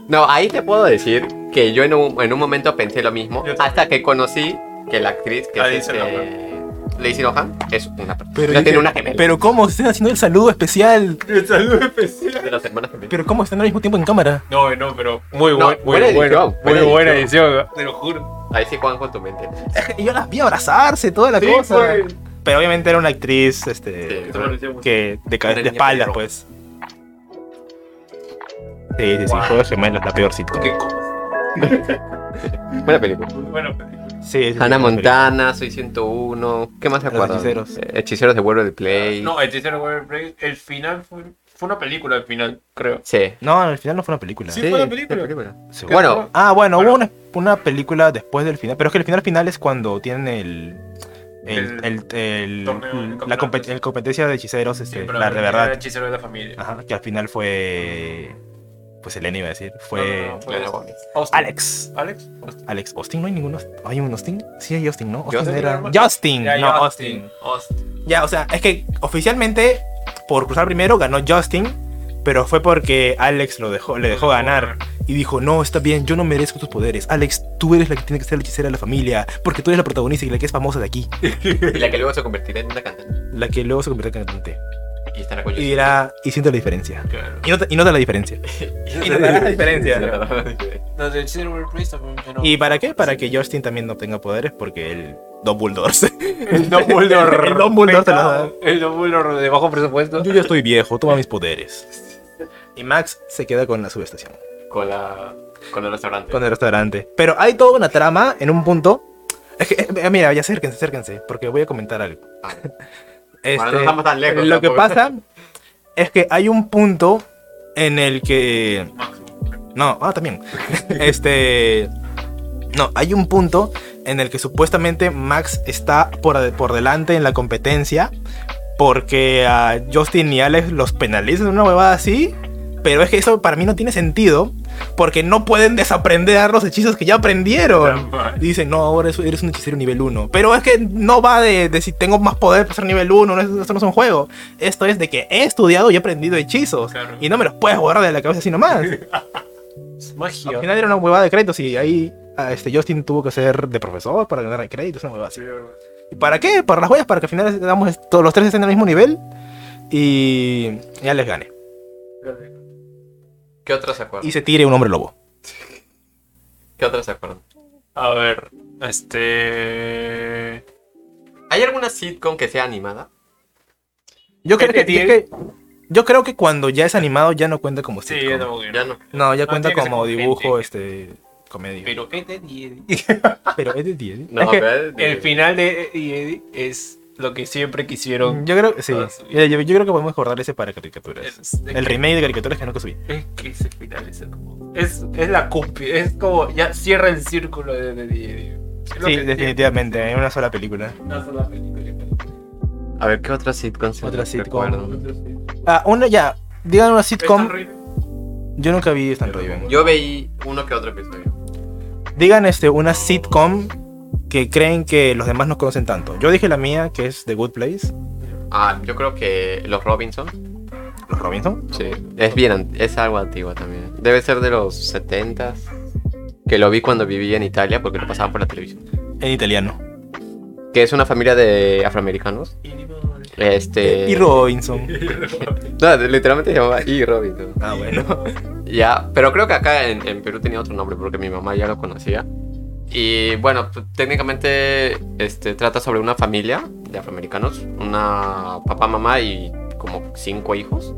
[SPEAKER 2] No, ahí te puedo decir que yo en un, en un momento pensé lo mismo. Hasta que conocí que la actriz que
[SPEAKER 4] Ahí
[SPEAKER 2] es
[SPEAKER 4] se
[SPEAKER 2] este, Lindsay Lohan es una persona.
[SPEAKER 3] Pero,
[SPEAKER 2] tiene
[SPEAKER 3] dije,
[SPEAKER 2] una gemela.
[SPEAKER 3] pero ¿cómo están haciendo el saludo especial?
[SPEAKER 4] El saludo especial.
[SPEAKER 2] de las hermanas gemelas.
[SPEAKER 3] Pero ¿cómo están al mismo tiempo en cámara?
[SPEAKER 4] No, eh, no, pero muy,
[SPEAKER 2] No,
[SPEAKER 4] buen-
[SPEAKER 2] buena
[SPEAKER 4] muy bueno.
[SPEAKER 2] edición, buena
[SPEAKER 4] muy buena
[SPEAKER 2] edición.
[SPEAKER 4] edición, te lo juro.
[SPEAKER 2] Ahí sí juegan con tu mente.
[SPEAKER 3] Y yo las vi abrazarse, toda la
[SPEAKER 4] Sí,
[SPEAKER 3] cosa.
[SPEAKER 4] fue-
[SPEAKER 3] Pero obviamente era una actriz, este.
[SPEAKER 2] Sí,
[SPEAKER 4] Eso lo decíamos.
[SPEAKER 3] que de, ca-
[SPEAKER 2] Una
[SPEAKER 3] de
[SPEAKER 2] niña
[SPEAKER 3] espaldas,
[SPEAKER 2] pelirroja.
[SPEAKER 3] pues. Sí, sí, sí,
[SPEAKER 4] Wow.
[SPEAKER 3] Juegos Gemelos, la peor sitcom.
[SPEAKER 4] Qué cosa.
[SPEAKER 2] Buena película.
[SPEAKER 4] Muy buena película.
[SPEAKER 3] Sí, sí, sí,
[SPEAKER 2] Hannah
[SPEAKER 3] sí,
[SPEAKER 2] Montana, Soy 101. ¿Qué más se
[SPEAKER 3] Los
[SPEAKER 2] acuerdan?
[SPEAKER 3] hechiceros.
[SPEAKER 2] Eh, Hechiceros de vuelo de Play.
[SPEAKER 4] No, el tercero Warrior Play, el final fue, fue una película, el final, creo.
[SPEAKER 2] Sí.
[SPEAKER 3] No, al final no fue una película.
[SPEAKER 4] Sí, fue una película.
[SPEAKER 3] Sí.
[SPEAKER 2] Bueno,
[SPEAKER 3] Ah, bueno,
[SPEAKER 4] Bueno.
[SPEAKER 3] hubo una, una película después del final, pero es que el final final es cuando tienen el. El, el, el-
[SPEAKER 4] Torneo, el
[SPEAKER 3] la
[SPEAKER 4] campeonato.
[SPEAKER 3] compet- el competencia de hechiceros,
[SPEAKER 4] Sí,
[SPEAKER 3] este,
[SPEAKER 4] pero
[SPEAKER 3] la
[SPEAKER 4] el
[SPEAKER 3] de
[SPEAKER 4] era
[SPEAKER 3] verdad. Ah,
[SPEAKER 4] El hechicero de la familia.
[SPEAKER 3] Ajá, que al final fue. Pues Elena iba a decir.
[SPEAKER 4] No,
[SPEAKER 3] Fue.
[SPEAKER 4] no, no, fue
[SPEAKER 2] Bueno,
[SPEAKER 4] Austin.
[SPEAKER 3] Alex.
[SPEAKER 4] Alex. Austin.
[SPEAKER 3] Alex. ¿Austin no hay ninguno? ¿Hay un Austin? Sí, hay Austin, ¿no? Austin
[SPEAKER 2] Justin
[SPEAKER 3] era.
[SPEAKER 4] Bieber.
[SPEAKER 3] Justin,
[SPEAKER 4] Ya,
[SPEAKER 3] no,
[SPEAKER 4] ya,
[SPEAKER 3] Austin.
[SPEAKER 4] Austin.
[SPEAKER 3] Ya, o sea, es que oficialmente por cruzar primero ganó Justin, pero fue porque Alex lo dejó, le dejó ganar y dijo, no, está bien, yo no merezco tus poderes. Alex, tú eres la que tiene que ser la hechicera de la familia, porque tú eres la protagonista y la que es famosa de aquí,
[SPEAKER 2] y la que luego se convertirá en una cantante.
[SPEAKER 3] la que luego se convierte en cantante.
[SPEAKER 2] Y estará con
[SPEAKER 3] Y dirá, y siento la diferencia.
[SPEAKER 4] Claro.
[SPEAKER 3] Y nota, y nota la diferencia. y notará la diferencia.
[SPEAKER 4] No, el hechicero de Warrior Play también ganó.
[SPEAKER 3] ¿Y para qué? Para que Justin también no tenga poderes, porque el Dumbledore.
[SPEAKER 4] el Dumbledore.
[SPEAKER 3] El Dumbledore te lo da.
[SPEAKER 4] Pecado. El Dumbledore de bajo presupuesto.
[SPEAKER 3] Yo ya estoy viejo, toma mis poderes. Y Max se queda con la subestación.
[SPEAKER 2] Con la. Con el restaurante.
[SPEAKER 3] con el restaurante. Pero hay toda una trama en un punto. Es que, eh, mira, ya acérquense, acérquense, porque voy a comentar algo.
[SPEAKER 2] Ah.
[SPEAKER 3] Este,
[SPEAKER 2] Bueno, no estamos tan lejos
[SPEAKER 3] Lo que
[SPEAKER 2] tampoco.
[SPEAKER 3] pasa es que hay un punto en el que. No, ah, también. este. No, hay un punto en el que supuestamente Max está por, ade- por delante en la competencia. Porque a Justin y Alex los penalizan de una huevada así. Pero es que eso para mí no tiene sentido. Porque no pueden desaprender los hechizos que ya aprendieron. Dicen, no, ahora es- eres un hechicero nivel 1. Pero es que no va de, de si tengo más poder para ser nivel 1. No, es- esto no es un juego. Esto es de que he estudiado y he aprendido hechizos.
[SPEAKER 4] Claro.
[SPEAKER 3] Y no me los puedes borrar de la cabeza así nomás.
[SPEAKER 4] Es
[SPEAKER 3] Al
[SPEAKER 4] magia.
[SPEAKER 3] final era una huevada de créditos y ahí ah, este, Justin tuvo que ser de profesor para ganar créditos, una huevada así. ¿Y para qué? Para las huellas, para que al final damos todos los tres estén al mismo nivel y ya les gane.
[SPEAKER 2] ¿Qué otras se
[SPEAKER 3] Y
[SPEAKER 2] acuerdan?
[SPEAKER 3] se tire un hombre lobo.
[SPEAKER 2] ¿Qué otras se acuerdan?
[SPEAKER 4] A ver, este.
[SPEAKER 2] ¿Hay alguna sitcom que sea animada?
[SPEAKER 3] Yo creo que,
[SPEAKER 4] Este
[SPEAKER 3] yo
[SPEAKER 4] tiene-
[SPEAKER 3] que- yo creo que cuando ya es animado ya no cuenta como
[SPEAKER 4] Sí,
[SPEAKER 3] sitcom.
[SPEAKER 4] ya no,
[SPEAKER 2] Ya no.
[SPEAKER 3] No, ya
[SPEAKER 4] No,
[SPEAKER 3] cuenta
[SPEAKER 4] tiene que ser
[SPEAKER 3] como
[SPEAKER 4] con
[SPEAKER 3] dibujo, este comedia.
[SPEAKER 4] Pero este y Eddie.
[SPEAKER 3] Pero es de 10.
[SPEAKER 2] No,
[SPEAKER 3] Es que
[SPEAKER 2] pero-
[SPEAKER 4] El final de Ed y Eddie es lo que siempre quisieron.
[SPEAKER 3] yo creo que sí.
[SPEAKER 4] Ah, sí.
[SPEAKER 3] Yo, yo- yo creo que podemos acordar ese para caricaturas.
[SPEAKER 4] Es-
[SPEAKER 3] El remake de caricaturas que nunca subí.
[SPEAKER 4] Es que ese final es hermoso. Es, es la cúspide. Es como ya cierra el círculo de Ed y Eddie. Es lo
[SPEAKER 3] Sí,
[SPEAKER 4] que
[SPEAKER 3] definitivamente, en una sola película.
[SPEAKER 4] tiene una sola película.
[SPEAKER 2] A ver, ¿qué otra sitcom se
[SPEAKER 3] Otra sitcom.
[SPEAKER 2] recuerdan?
[SPEAKER 3] Ah, una ya. Digan una sitcom.
[SPEAKER 4] Esta re-
[SPEAKER 3] Yo nunca vi Stan Raven.
[SPEAKER 2] Yo veí uno que otro episodio.
[SPEAKER 3] Digan este, una sitcom que creen que los demás no conocen tanto. Yo dije la mía, que es The Good Place,
[SPEAKER 2] Ah, yo creo que Los Robinson.
[SPEAKER 3] Los Robinson.
[SPEAKER 2] Sí. Es bien, an- es algo antiguo también. Debe ser de los 70s. Que lo vi cuando vivía en Italia porque lo pasaban por la televisión.
[SPEAKER 3] En italiano.
[SPEAKER 2] Que es una familia de afroamericanos. Este.
[SPEAKER 3] Y Robinson.
[SPEAKER 2] No, literalmente se llamaba Y Robinson.
[SPEAKER 3] Ah, bueno.
[SPEAKER 2] Ya, pero creo que acá en, en Perú tenía otro nombre porque mi mamá ya lo conocía. Y bueno, pues, técnicamente este, trata sobre una familia de afroamericanos, una papá, mamá y como cinco hijos,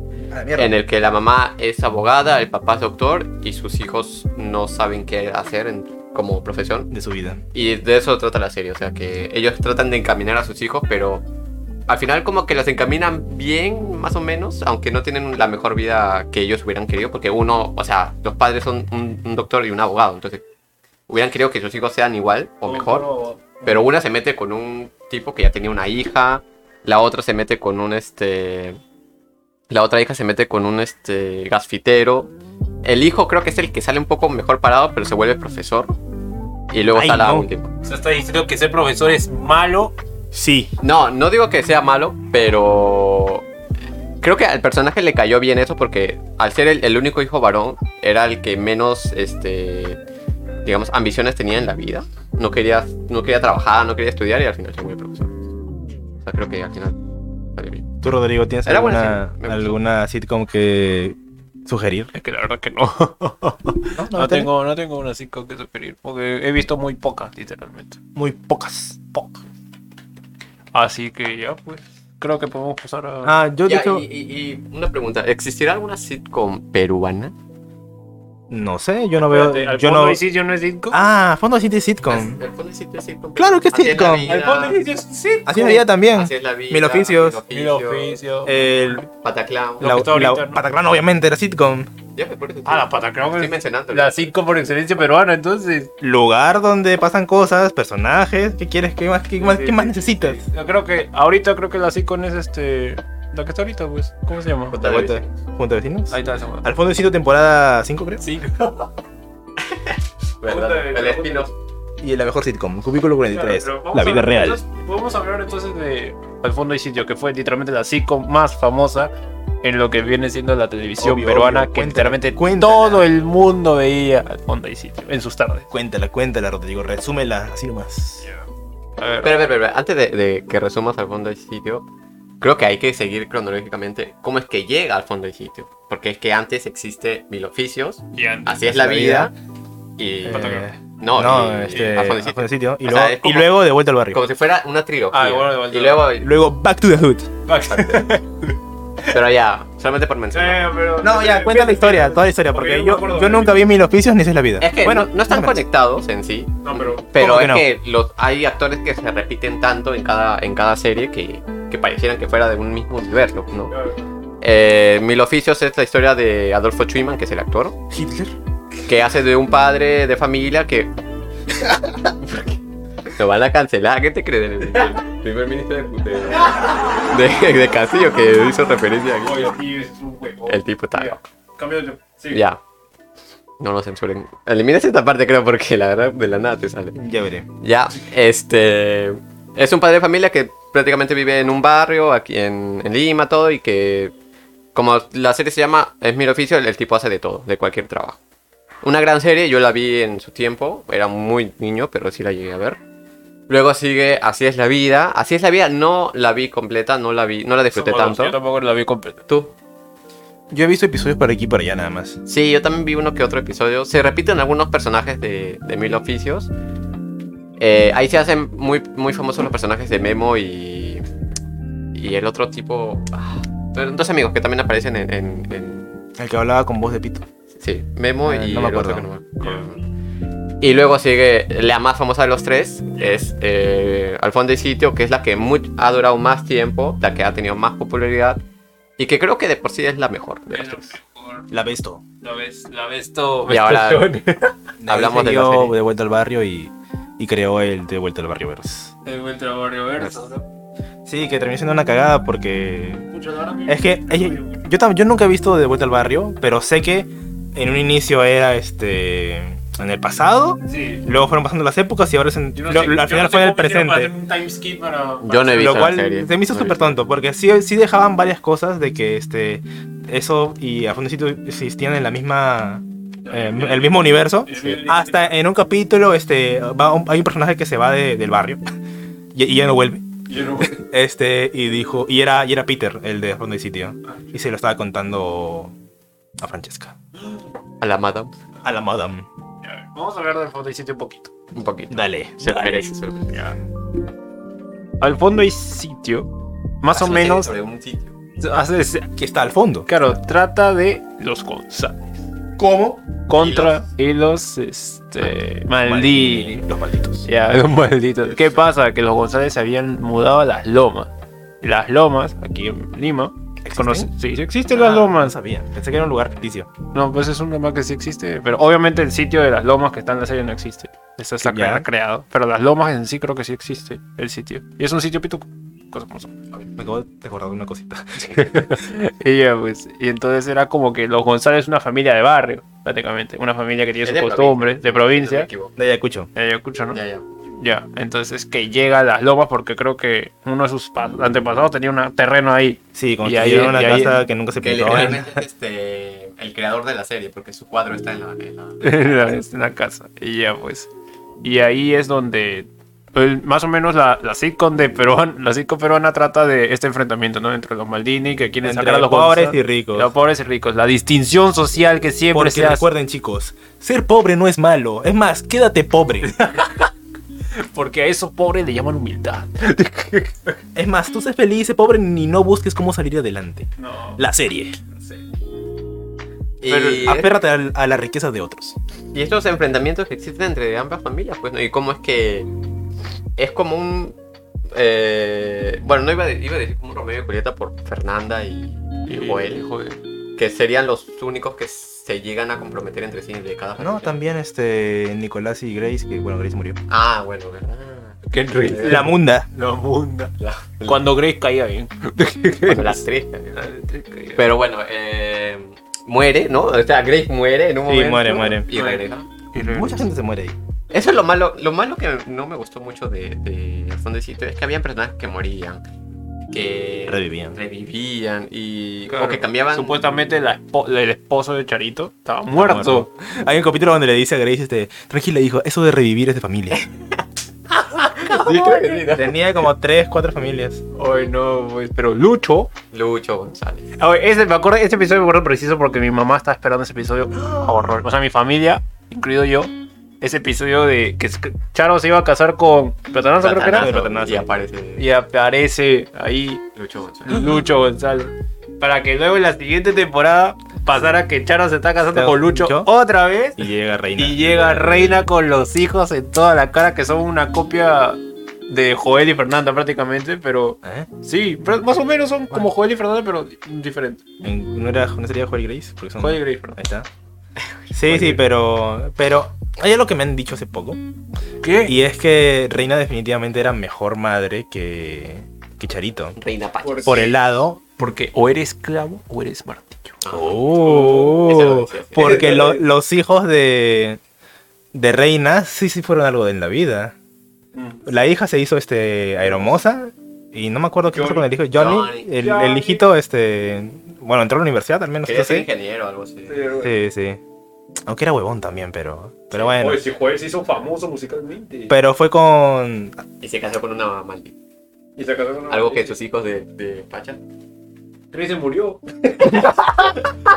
[SPEAKER 2] en el que la mamá es abogada, el papá es doctor y sus hijos no saben qué hacer en- como profesión.
[SPEAKER 3] de su vida.
[SPEAKER 2] Y de eso trata la serie, o sea que ellos tratan de encaminar a sus hijos, pero al final como que las encaminan bien, más o menos, aunque no tienen la mejor vida que ellos hubieran querido, porque uno, o sea, los padres son un, un doctor y un abogado, entonces hubieran querido que sus hijos sean igual o mejor. Pero una se mete con un tipo que ya tenía una hija. La otra se mete con un este. La otra hija se mete con un este. gasfitero. El hijo creo que es el que sale un poco mejor parado, pero se vuelve profesor. Y luego
[SPEAKER 5] Ay,
[SPEAKER 2] está la
[SPEAKER 5] no.
[SPEAKER 2] última.
[SPEAKER 5] O sea, está diciendo que ser profesor es malo.
[SPEAKER 3] Sí,
[SPEAKER 2] No, no digo que sea malo, pero. Creo que al personaje le cayó bien eso porque al ser el, el único hijo varón, era el que menos este. digamos, ambiciones tenía en la vida. No quería, no quería trabajar, no quería estudiar y al final se volvió profesor. O sea, creo que al final. salió bien.
[SPEAKER 3] tú Rodrigo, ¿tienes
[SPEAKER 2] Era buena
[SPEAKER 3] alguna,
[SPEAKER 2] serie, me gustó.
[SPEAKER 3] alguna sitcom que sugerir?
[SPEAKER 4] Es que la verdad que no.
[SPEAKER 3] No,
[SPEAKER 4] No tengo, no tengo una sitcom que sugerir. Porque he visto muy pocas, literalmente.
[SPEAKER 3] Muy pocas. Pocas.
[SPEAKER 4] Así que ya, pues. Creo que podemos pasar a.
[SPEAKER 3] Ah, yo de
[SPEAKER 2] Ya,
[SPEAKER 3] hecho,
[SPEAKER 2] y, y- y una pregunta: ¿existirá alguna sitcom peruana?
[SPEAKER 3] no sé, yo no veo,
[SPEAKER 4] Espérate, ¿al
[SPEAKER 3] yo
[SPEAKER 4] fondo
[SPEAKER 3] no.
[SPEAKER 4] hay sitio, no es sitcom?
[SPEAKER 3] Ah, fondo de sitcom.
[SPEAKER 2] ¿Al fondo existe sitcom
[SPEAKER 3] Claro que es
[SPEAKER 2] Así es la
[SPEAKER 3] sitcom.
[SPEAKER 2] vida.
[SPEAKER 4] Al fondo hay sitio, sí.
[SPEAKER 3] Así es la vida también.
[SPEAKER 2] Así es la vida.
[SPEAKER 3] Mil oficios.
[SPEAKER 4] Mil oficios.
[SPEAKER 3] El,
[SPEAKER 2] Pataclown.
[SPEAKER 4] Lo que está
[SPEAKER 3] la-
[SPEAKER 4] ahorita, ¿no?
[SPEAKER 3] Pataclan, obviamente era sitcom.
[SPEAKER 2] Ya, pues, por eso
[SPEAKER 4] Ah, la
[SPEAKER 2] estoy-
[SPEAKER 4] Pataclown
[SPEAKER 2] Estoy
[SPEAKER 4] es-
[SPEAKER 2] mencionando.
[SPEAKER 4] La sitcom por excelencia peruana, entonces.
[SPEAKER 3] Lugar donde pasan cosas, personajes, ¿qué quieres? ¿Qué más, qué más, qué más necesitas?
[SPEAKER 4] Yo creo que. Ahorita creo que la sitcom es este. La que está ahorita, pues. ¿Cómo se llama?
[SPEAKER 2] Puta.
[SPEAKER 3] Junta Junta de vecinos.
[SPEAKER 4] Ahí está esa hueá.
[SPEAKER 3] Al fondo de sitio temporada 5, creo.
[SPEAKER 4] Sí.
[SPEAKER 2] ¿Verdad?
[SPEAKER 4] Puta,
[SPEAKER 2] El spin-off.
[SPEAKER 3] Y la mejor sitcom, Cubículo 43.
[SPEAKER 4] Claro, pero
[SPEAKER 3] la
[SPEAKER 4] vamos a
[SPEAKER 3] vida
[SPEAKER 4] hablar,
[SPEAKER 3] real.
[SPEAKER 4] entonces, Podemos hablar entonces de Al fondo hay sitio, que fue literalmente la sitcom más famosa en lo que viene siendo la televisión
[SPEAKER 3] Obvio,
[SPEAKER 4] peruana,
[SPEAKER 3] obvio,
[SPEAKER 4] que
[SPEAKER 3] cuéntala,
[SPEAKER 4] literalmente
[SPEAKER 3] cuéntala.
[SPEAKER 4] todo el mundo veía Al fondo hay sitio en sus tardes.
[SPEAKER 3] Cuéntala, cuéntala, Rodrigo, resúmela así nomás.
[SPEAKER 4] A ver,
[SPEAKER 2] Espera, espera, espera. Antes de, de que resumas al fondo del sitio, creo que hay que seguir cronológicamente cómo es que llega al fondo del sitio. Porque es que antes existe Mil Oficios,
[SPEAKER 4] y antes-
[SPEAKER 2] Así es la
[SPEAKER 3] La
[SPEAKER 2] vida,
[SPEAKER 3] vida.
[SPEAKER 2] y...
[SPEAKER 3] Eh,
[SPEAKER 2] no,
[SPEAKER 3] no,
[SPEAKER 2] y-
[SPEAKER 3] este,
[SPEAKER 2] y al fondo del
[SPEAKER 3] Al
[SPEAKER 2] sitio.
[SPEAKER 3] fondo de sitio. Y,
[SPEAKER 2] O sea,
[SPEAKER 3] luego,
[SPEAKER 2] es como-
[SPEAKER 3] y luego de vuelta al barrio.
[SPEAKER 2] Como si fuera una trilogía.
[SPEAKER 4] Ah, bueno, igual,
[SPEAKER 2] y luego...
[SPEAKER 3] Luego Back to the Hood.
[SPEAKER 2] Pero ya, solamente por mencionar.
[SPEAKER 4] Eh, pero-
[SPEAKER 3] No, ya, cuenta la historia, toda la historia, porque
[SPEAKER 4] yo me acuerdo
[SPEAKER 3] yo, yo
[SPEAKER 4] de-
[SPEAKER 3] nunca vi mil oficios ni sé la vida.
[SPEAKER 2] Es que
[SPEAKER 3] bueno,
[SPEAKER 2] no, no están
[SPEAKER 3] más o menos.
[SPEAKER 2] conectados en sí,
[SPEAKER 4] No, pero.
[SPEAKER 2] pero es
[SPEAKER 3] ¿Cómo que no?
[SPEAKER 2] que los, hay actores que se repiten tanto en cada, en cada serie que, que parecieran que fuera de un mismo universo, ¿no? Eh, Mil Oficios es la historia de Adolfo Schumann, que es el actor. Hitler. Que hace de un padre de familia que. Lo van a cancelar, ¿qué te creen? El, el primer ministro de, de, de- de Castillo que hizo referencia aquí.
[SPEAKER 4] Oye, tío, es un huevo.
[SPEAKER 2] El tipo está.
[SPEAKER 4] Ya, cámbialo, sigue.
[SPEAKER 2] Ya. No lo censuren. Eliminas esta parte, creo, porque la verdad de la nada te sale.
[SPEAKER 3] Ya veré.
[SPEAKER 2] Ya, este. Es un padre de familia que prácticamente vive en un barrio, aquí en, en Lima, todo, y que. Como la serie se llama Es mi oficio, el, el tipo hace de todo, de cualquier trabajo. Una gran serie, yo la vi en su tiempo, era muy niño, pero sí la llegué a ver. Luego sigue Así es la vida. Así es la vida, no la vi completa, no la vi, no la disfruté
[SPEAKER 4] Somos dos, Yo
[SPEAKER 2] tanto.
[SPEAKER 4] tampoco la vi completa.
[SPEAKER 2] ¿Tú?
[SPEAKER 3] Yo he visto episodios para aquí y para allá nada más.
[SPEAKER 2] Sí, yo también vi uno que otro episodio. Se repiten algunos personajes de, de Mil Oficios. Eh, ahí se hacen muy, muy famosos los personajes de Memo y. Y el otro tipo. ah, dos amigos que también aparecen en. en- en-
[SPEAKER 3] El que hablaba con voz de pito.
[SPEAKER 2] sí, Memo
[SPEAKER 3] Eh,
[SPEAKER 2] y.
[SPEAKER 3] no me
[SPEAKER 2] el otro
[SPEAKER 3] acuerdo.
[SPEAKER 2] que no me acuerdo. Y luego sigue la más famosa de los tres, es eh, Al fondo y Sitio, que es la que muy- ha durado más tiempo, la que ha tenido más popularidad y que creo que de por sí es la mejor de las tres.
[SPEAKER 3] La besto.
[SPEAKER 5] La ves, la ves todo.
[SPEAKER 2] Y ahora-
[SPEAKER 5] De
[SPEAKER 2] Hablamos de la
[SPEAKER 3] yo
[SPEAKER 2] serie.
[SPEAKER 3] de vuelta al barrio y, y creó el de vuelta al barrio versus.
[SPEAKER 5] buen trabajo, Roberto.
[SPEAKER 3] Sí, que terminó siendo una cagada porque
[SPEAKER 5] Mucho dolor, mi-
[SPEAKER 3] Es que es- yo, tam- yo nunca he visto De Vuelta al Barrio, pero sé que en un inicio era este en el pasado,
[SPEAKER 5] Sí.
[SPEAKER 3] luego fueron pasando las épocas y ahora es en-
[SPEAKER 5] Yo no
[SPEAKER 3] lo-
[SPEAKER 5] sé-
[SPEAKER 3] lo- al
[SPEAKER 5] yo no
[SPEAKER 3] final
[SPEAKER 5] sé
[SPEAKER 3] fue en el
[SPEAKER 5] cómo hicieron para hacer
[SPEAKER 3] presente.
[SPEAKER 5] un time skip para-
[SPEAKER 2] Yo no he visto
[SPEAKER 3] Lo
[SPEAKER 2] la
[SPEAKER 3] cual
[SPEAKER 2] serie,
[SPEAKER 3] se me hizo
[SPEAKER 2] no he
[SPEAKER 3] súper
[SPEAKER 2] visto.
[SPEAKER 3] tonto, porque sí, sí dejaban varias cosas de que este eso y a fondo sitio existían en la misma eh, el mismo universo. Hasta en un capítulo este va un- hay un personaje que se va de- del barrio y, y ya no vuelve.
[SPEAKER 5] Yo no-
[SPEAKER 3] Este, y dijo, y era, y era Peter, el de Fondo y Sitio. Y se lo estaba contando a Francesca.
[SPEAKER 2] A la Madame,
[SPEAKER 3] A la madame.
[SPEAKER 4] Vamos a hablar del fondo y sitio un poquito.
[SPEAKER 2] un poquito.
[SPEAKER 3] Dale.
[SPEAKER 2] Se
[SPEAKER 3] dale.
[SPEAKER 2] merece, se merece.
[SPEAKER 4] Al fondo hay sitio. Más o menos hace-
[SPEAKER 3] Que está al fondo.
[SPEAKER 4] Claro, trata de los González.
[SPEAKER 3] como
[SPEAKER 4] contra y los, este, malditos.
[SPEAKER 3] los malditos.
[SPEAKER 4] Ya, los malditos. ¿Qué pasa? Que los González se habían mudado a las lomas. Las lomas, aquí en Lima. conoce- sí, sí existen
[SPEAKER 5] Ah,
[SPEAKER 4] las
[SPEAKER 3] No
[SPEAKER 4] lomas.
[SPEAKER 3] sabía, pensé que era un lugar ficticio.
[SPEAKER 4] No, pues es un loma que sí existe. Pero obviamente el sitio de las lomas que está en la serie no existe. Eso está
[SPEAKER 3] Ya.
[SPEAKER 4] crea- creado. Pero las lomas en sí creo que sí existe el sitio. Y es un sitio pituco. Cosas como son.
[SPEAKER 3] Me acabo de acordar de una cosita.
[SPEAKER 4] Y ya, pues, y entonces era como que los González es una familia de barrio, prácticamente. Una familia que tiene
[SPEAKER 2] Es
[SPEAKER 4] sus
[SPEAKER 2] de
[SPEAKER 4] costumbres, de provincia.
[SPEAKER 3] De Ayacucho.
[SPEAKER 4] Ya, ya escucho, ¿no?
[SPEAKER 2] Ya, ya.
[SPEAKER 4] Ya, entonces que llega a las lomas porque creo que uno de sus pa- antepasados tenía un terreno ahí.
[SPEAKER 3] Sí,
[SPEAKER 4] Y ahí-
[SPEAKER 3] construyeron una
[SPEAKER 4] y ahí-
[SPEAKER 3] casa que nunca se
[SPEAKER 2] Que
[SPEAKER 3] pintó.
[SPEAKER 2] literalmente es este, el creador de la serie, porque su cuadro está en la. en la-
[SPEAKER 4] en la- en este, la casa. Y ya, pues. Y ahí es donde. pues, más o menos la, la sitcom de peruana, la sitcom peruana trata de este enfrentamiento, ¿no? Entre los Maldini que quieren
[SPEAKER 3] Entre
[SPEAKER 4] sacar a los
[SPEAKER 3] pobres
[SPEAKER 4] González-
[SPEAKER 3] y ricos.
[SPEAKER 4] Los pobres y ricos. La distinción social que siempre
[SPEAKER 3] Porque
[SPEAKER 4] se hace.
[SPEAKER 3] recuerden, chicos, ser pobre no es malo. Es más, quédate pobre.
[SPEAKER 4] Porque a esos pobres le llaman humildad.
[SPEAKER 3] es más, tú seas feliz, sé pobre ni no busques cómo salir adelante.
[SPEAKER 5] No,
[SPEAKER 3] La serie.
[SPEAKER 2] Y,
[SPEAKER 4] ¿eh?
[SPEAKER 3] Apérrate al- a, la riqueza de otros.
[SPEAKER 2] y estos enfrentamientos que existen entre ambas familias, pues, ¿no? Y cómo es que. Es como un. eh, bueno, no iba a, de- iba a decir como un Romeo y Julieta por Fernanda y, y Joel, que serían los únicos que se llegan a comprometer entre sí de cada
[SPEAKER 3] No,
[SPEAKER 2] familia.
[SPEAKER 3] también este Nicolás y Grace, que bueno, Grace murió.
[SPEAKER 2] Ah, bueno, verdad.
[SPEAKER 4] Qué
[SPEAKER 2] rico.
[SPEAKER 3] La munda.
[SPEAKER 4] La munda.
[SPEAKER 2] La-
[SPEAKER 4] Cuando Grace caía bien.
[SPEAKER 2] Bueno, la actriz. también. Pero bueno, eh, muere, ¿no? O sea, Grace muere en un
[SPEAKER 3] Sí,
[SPEAKER 2] momento.
[SPEAKER 3] muere, muere.
[SPEAKER 2] Y regresa.
[SPEAKER 4] Mm.
[SPEAKER 3] Mucha gente se muere ahí.
[SPEAKER 2] Eso es lo malo. Lo malo que no me gustó mucho de, de El Fondo de Sitio es que habían personajes que morían, que
[SPEAKER 3] Revivían.
[SPEAKER 2] revivían y.
[SPEAKER 4] Claro.
[SPEAKER 2] o que cambiaban.
[SPEAKER 4] Supuestamente la espo- el esposo de Charito estaba muerto.
[SPEAKER 3] Hay un capítulo donde le dice a Grace, este, tranquila, hijo, eso de revivir es de familia. Tenía como tres, cuatro familias.
[SPEAKER 4] Ay, no, pues, Pero Lucho.
[SPEAKER 2] Lucho González.
[SPEAKER 4] A ver, ese, me acuerdo, este episodio me acuerdo preciso porque mi mamá estaba esperando ese episodio a horror. O sea, mi familia, incluido yo. Ese episodio de que Charo se iba a casar con Platanazo, creo que era.
[SPEAKER 2] Platanazo,
[SPEAKER 3] Platanazo.
[SPEAKER 2] Y aparece
[SPEAKER 4] Y aparece ahí
[SPEAKER 2] Lucho González.
[SPEAKER 4] Lucho González. Para que luego en la siguiente temporada pasara que Charo se está casando
[SPEAKER 3] Está
[SPEAKER 4] con Lucho
[SPEAKER 3] Lucho.
[SPEAKER 4] otra vez.
[SPEAKER 3] Y llega Reina.
[SPEAKER 4] Y llega Reina con los hijos en toda la cara, que son una copia de Joel y Fernanda prácticamente, pero
[SPEAKER 3] ¿Eh?
[SPEAKER 4] sí, pero más o menos son como Joel y Fernanda, pero diferentes.
[SPEAKER 3] En- ¿No, era, ¿No sería Joel Grace? Porque son-
[SPEAKER 4] Joel y Grace, perdón.
[SPEAKER 3] Ahí está. Sí, sí, pero. Pero. Hay algo que me han dicho hace poco.
[SPEAKER 4] ¿Qué?
[SPEAKER 3] Y es que Reina definitivamente era mejor madre que. que Charito.
[SPEAKER 2] Reina Pacho.
[SPEAKER 3] Por el lado.
[SPEAKER 4] Porque o eres esclavo o eres martillo.
[SPEAKER 2] Ah, Eso
[SPEAKER 3] Oh.
[SPEAKER 2] lo decía, sí.
[SPEAKER 3] porque lo- los hijos de. de Reina sí, sí fueron algo en la vida. La hija se hizo este. aeromosa. Y no me acuerdo qué pasó con el hijo. Johnny.
[SPEAKER 2] Johnny.
[SPEAKER 3] El, el hijito, este. Bueno, entró a la universidad al menos.
[SPEAKER 2] Quería
[SPEAKER 3] eso sí.
[SPEAKER 2] ser ingeniero o algo así.
[SPEAKER 3] Sí, sí. Aunque era huevón también, pero. Pero bueno.
[SPEAKER 4] si Joel se hizo famoso musicalmente.
[SPEAKER 3] Pero fue con.
[SPEAKER 2] Y se casó con una maldita. Algo que sus hijos de, de Pacha.
[SPEAKER 4] se murió.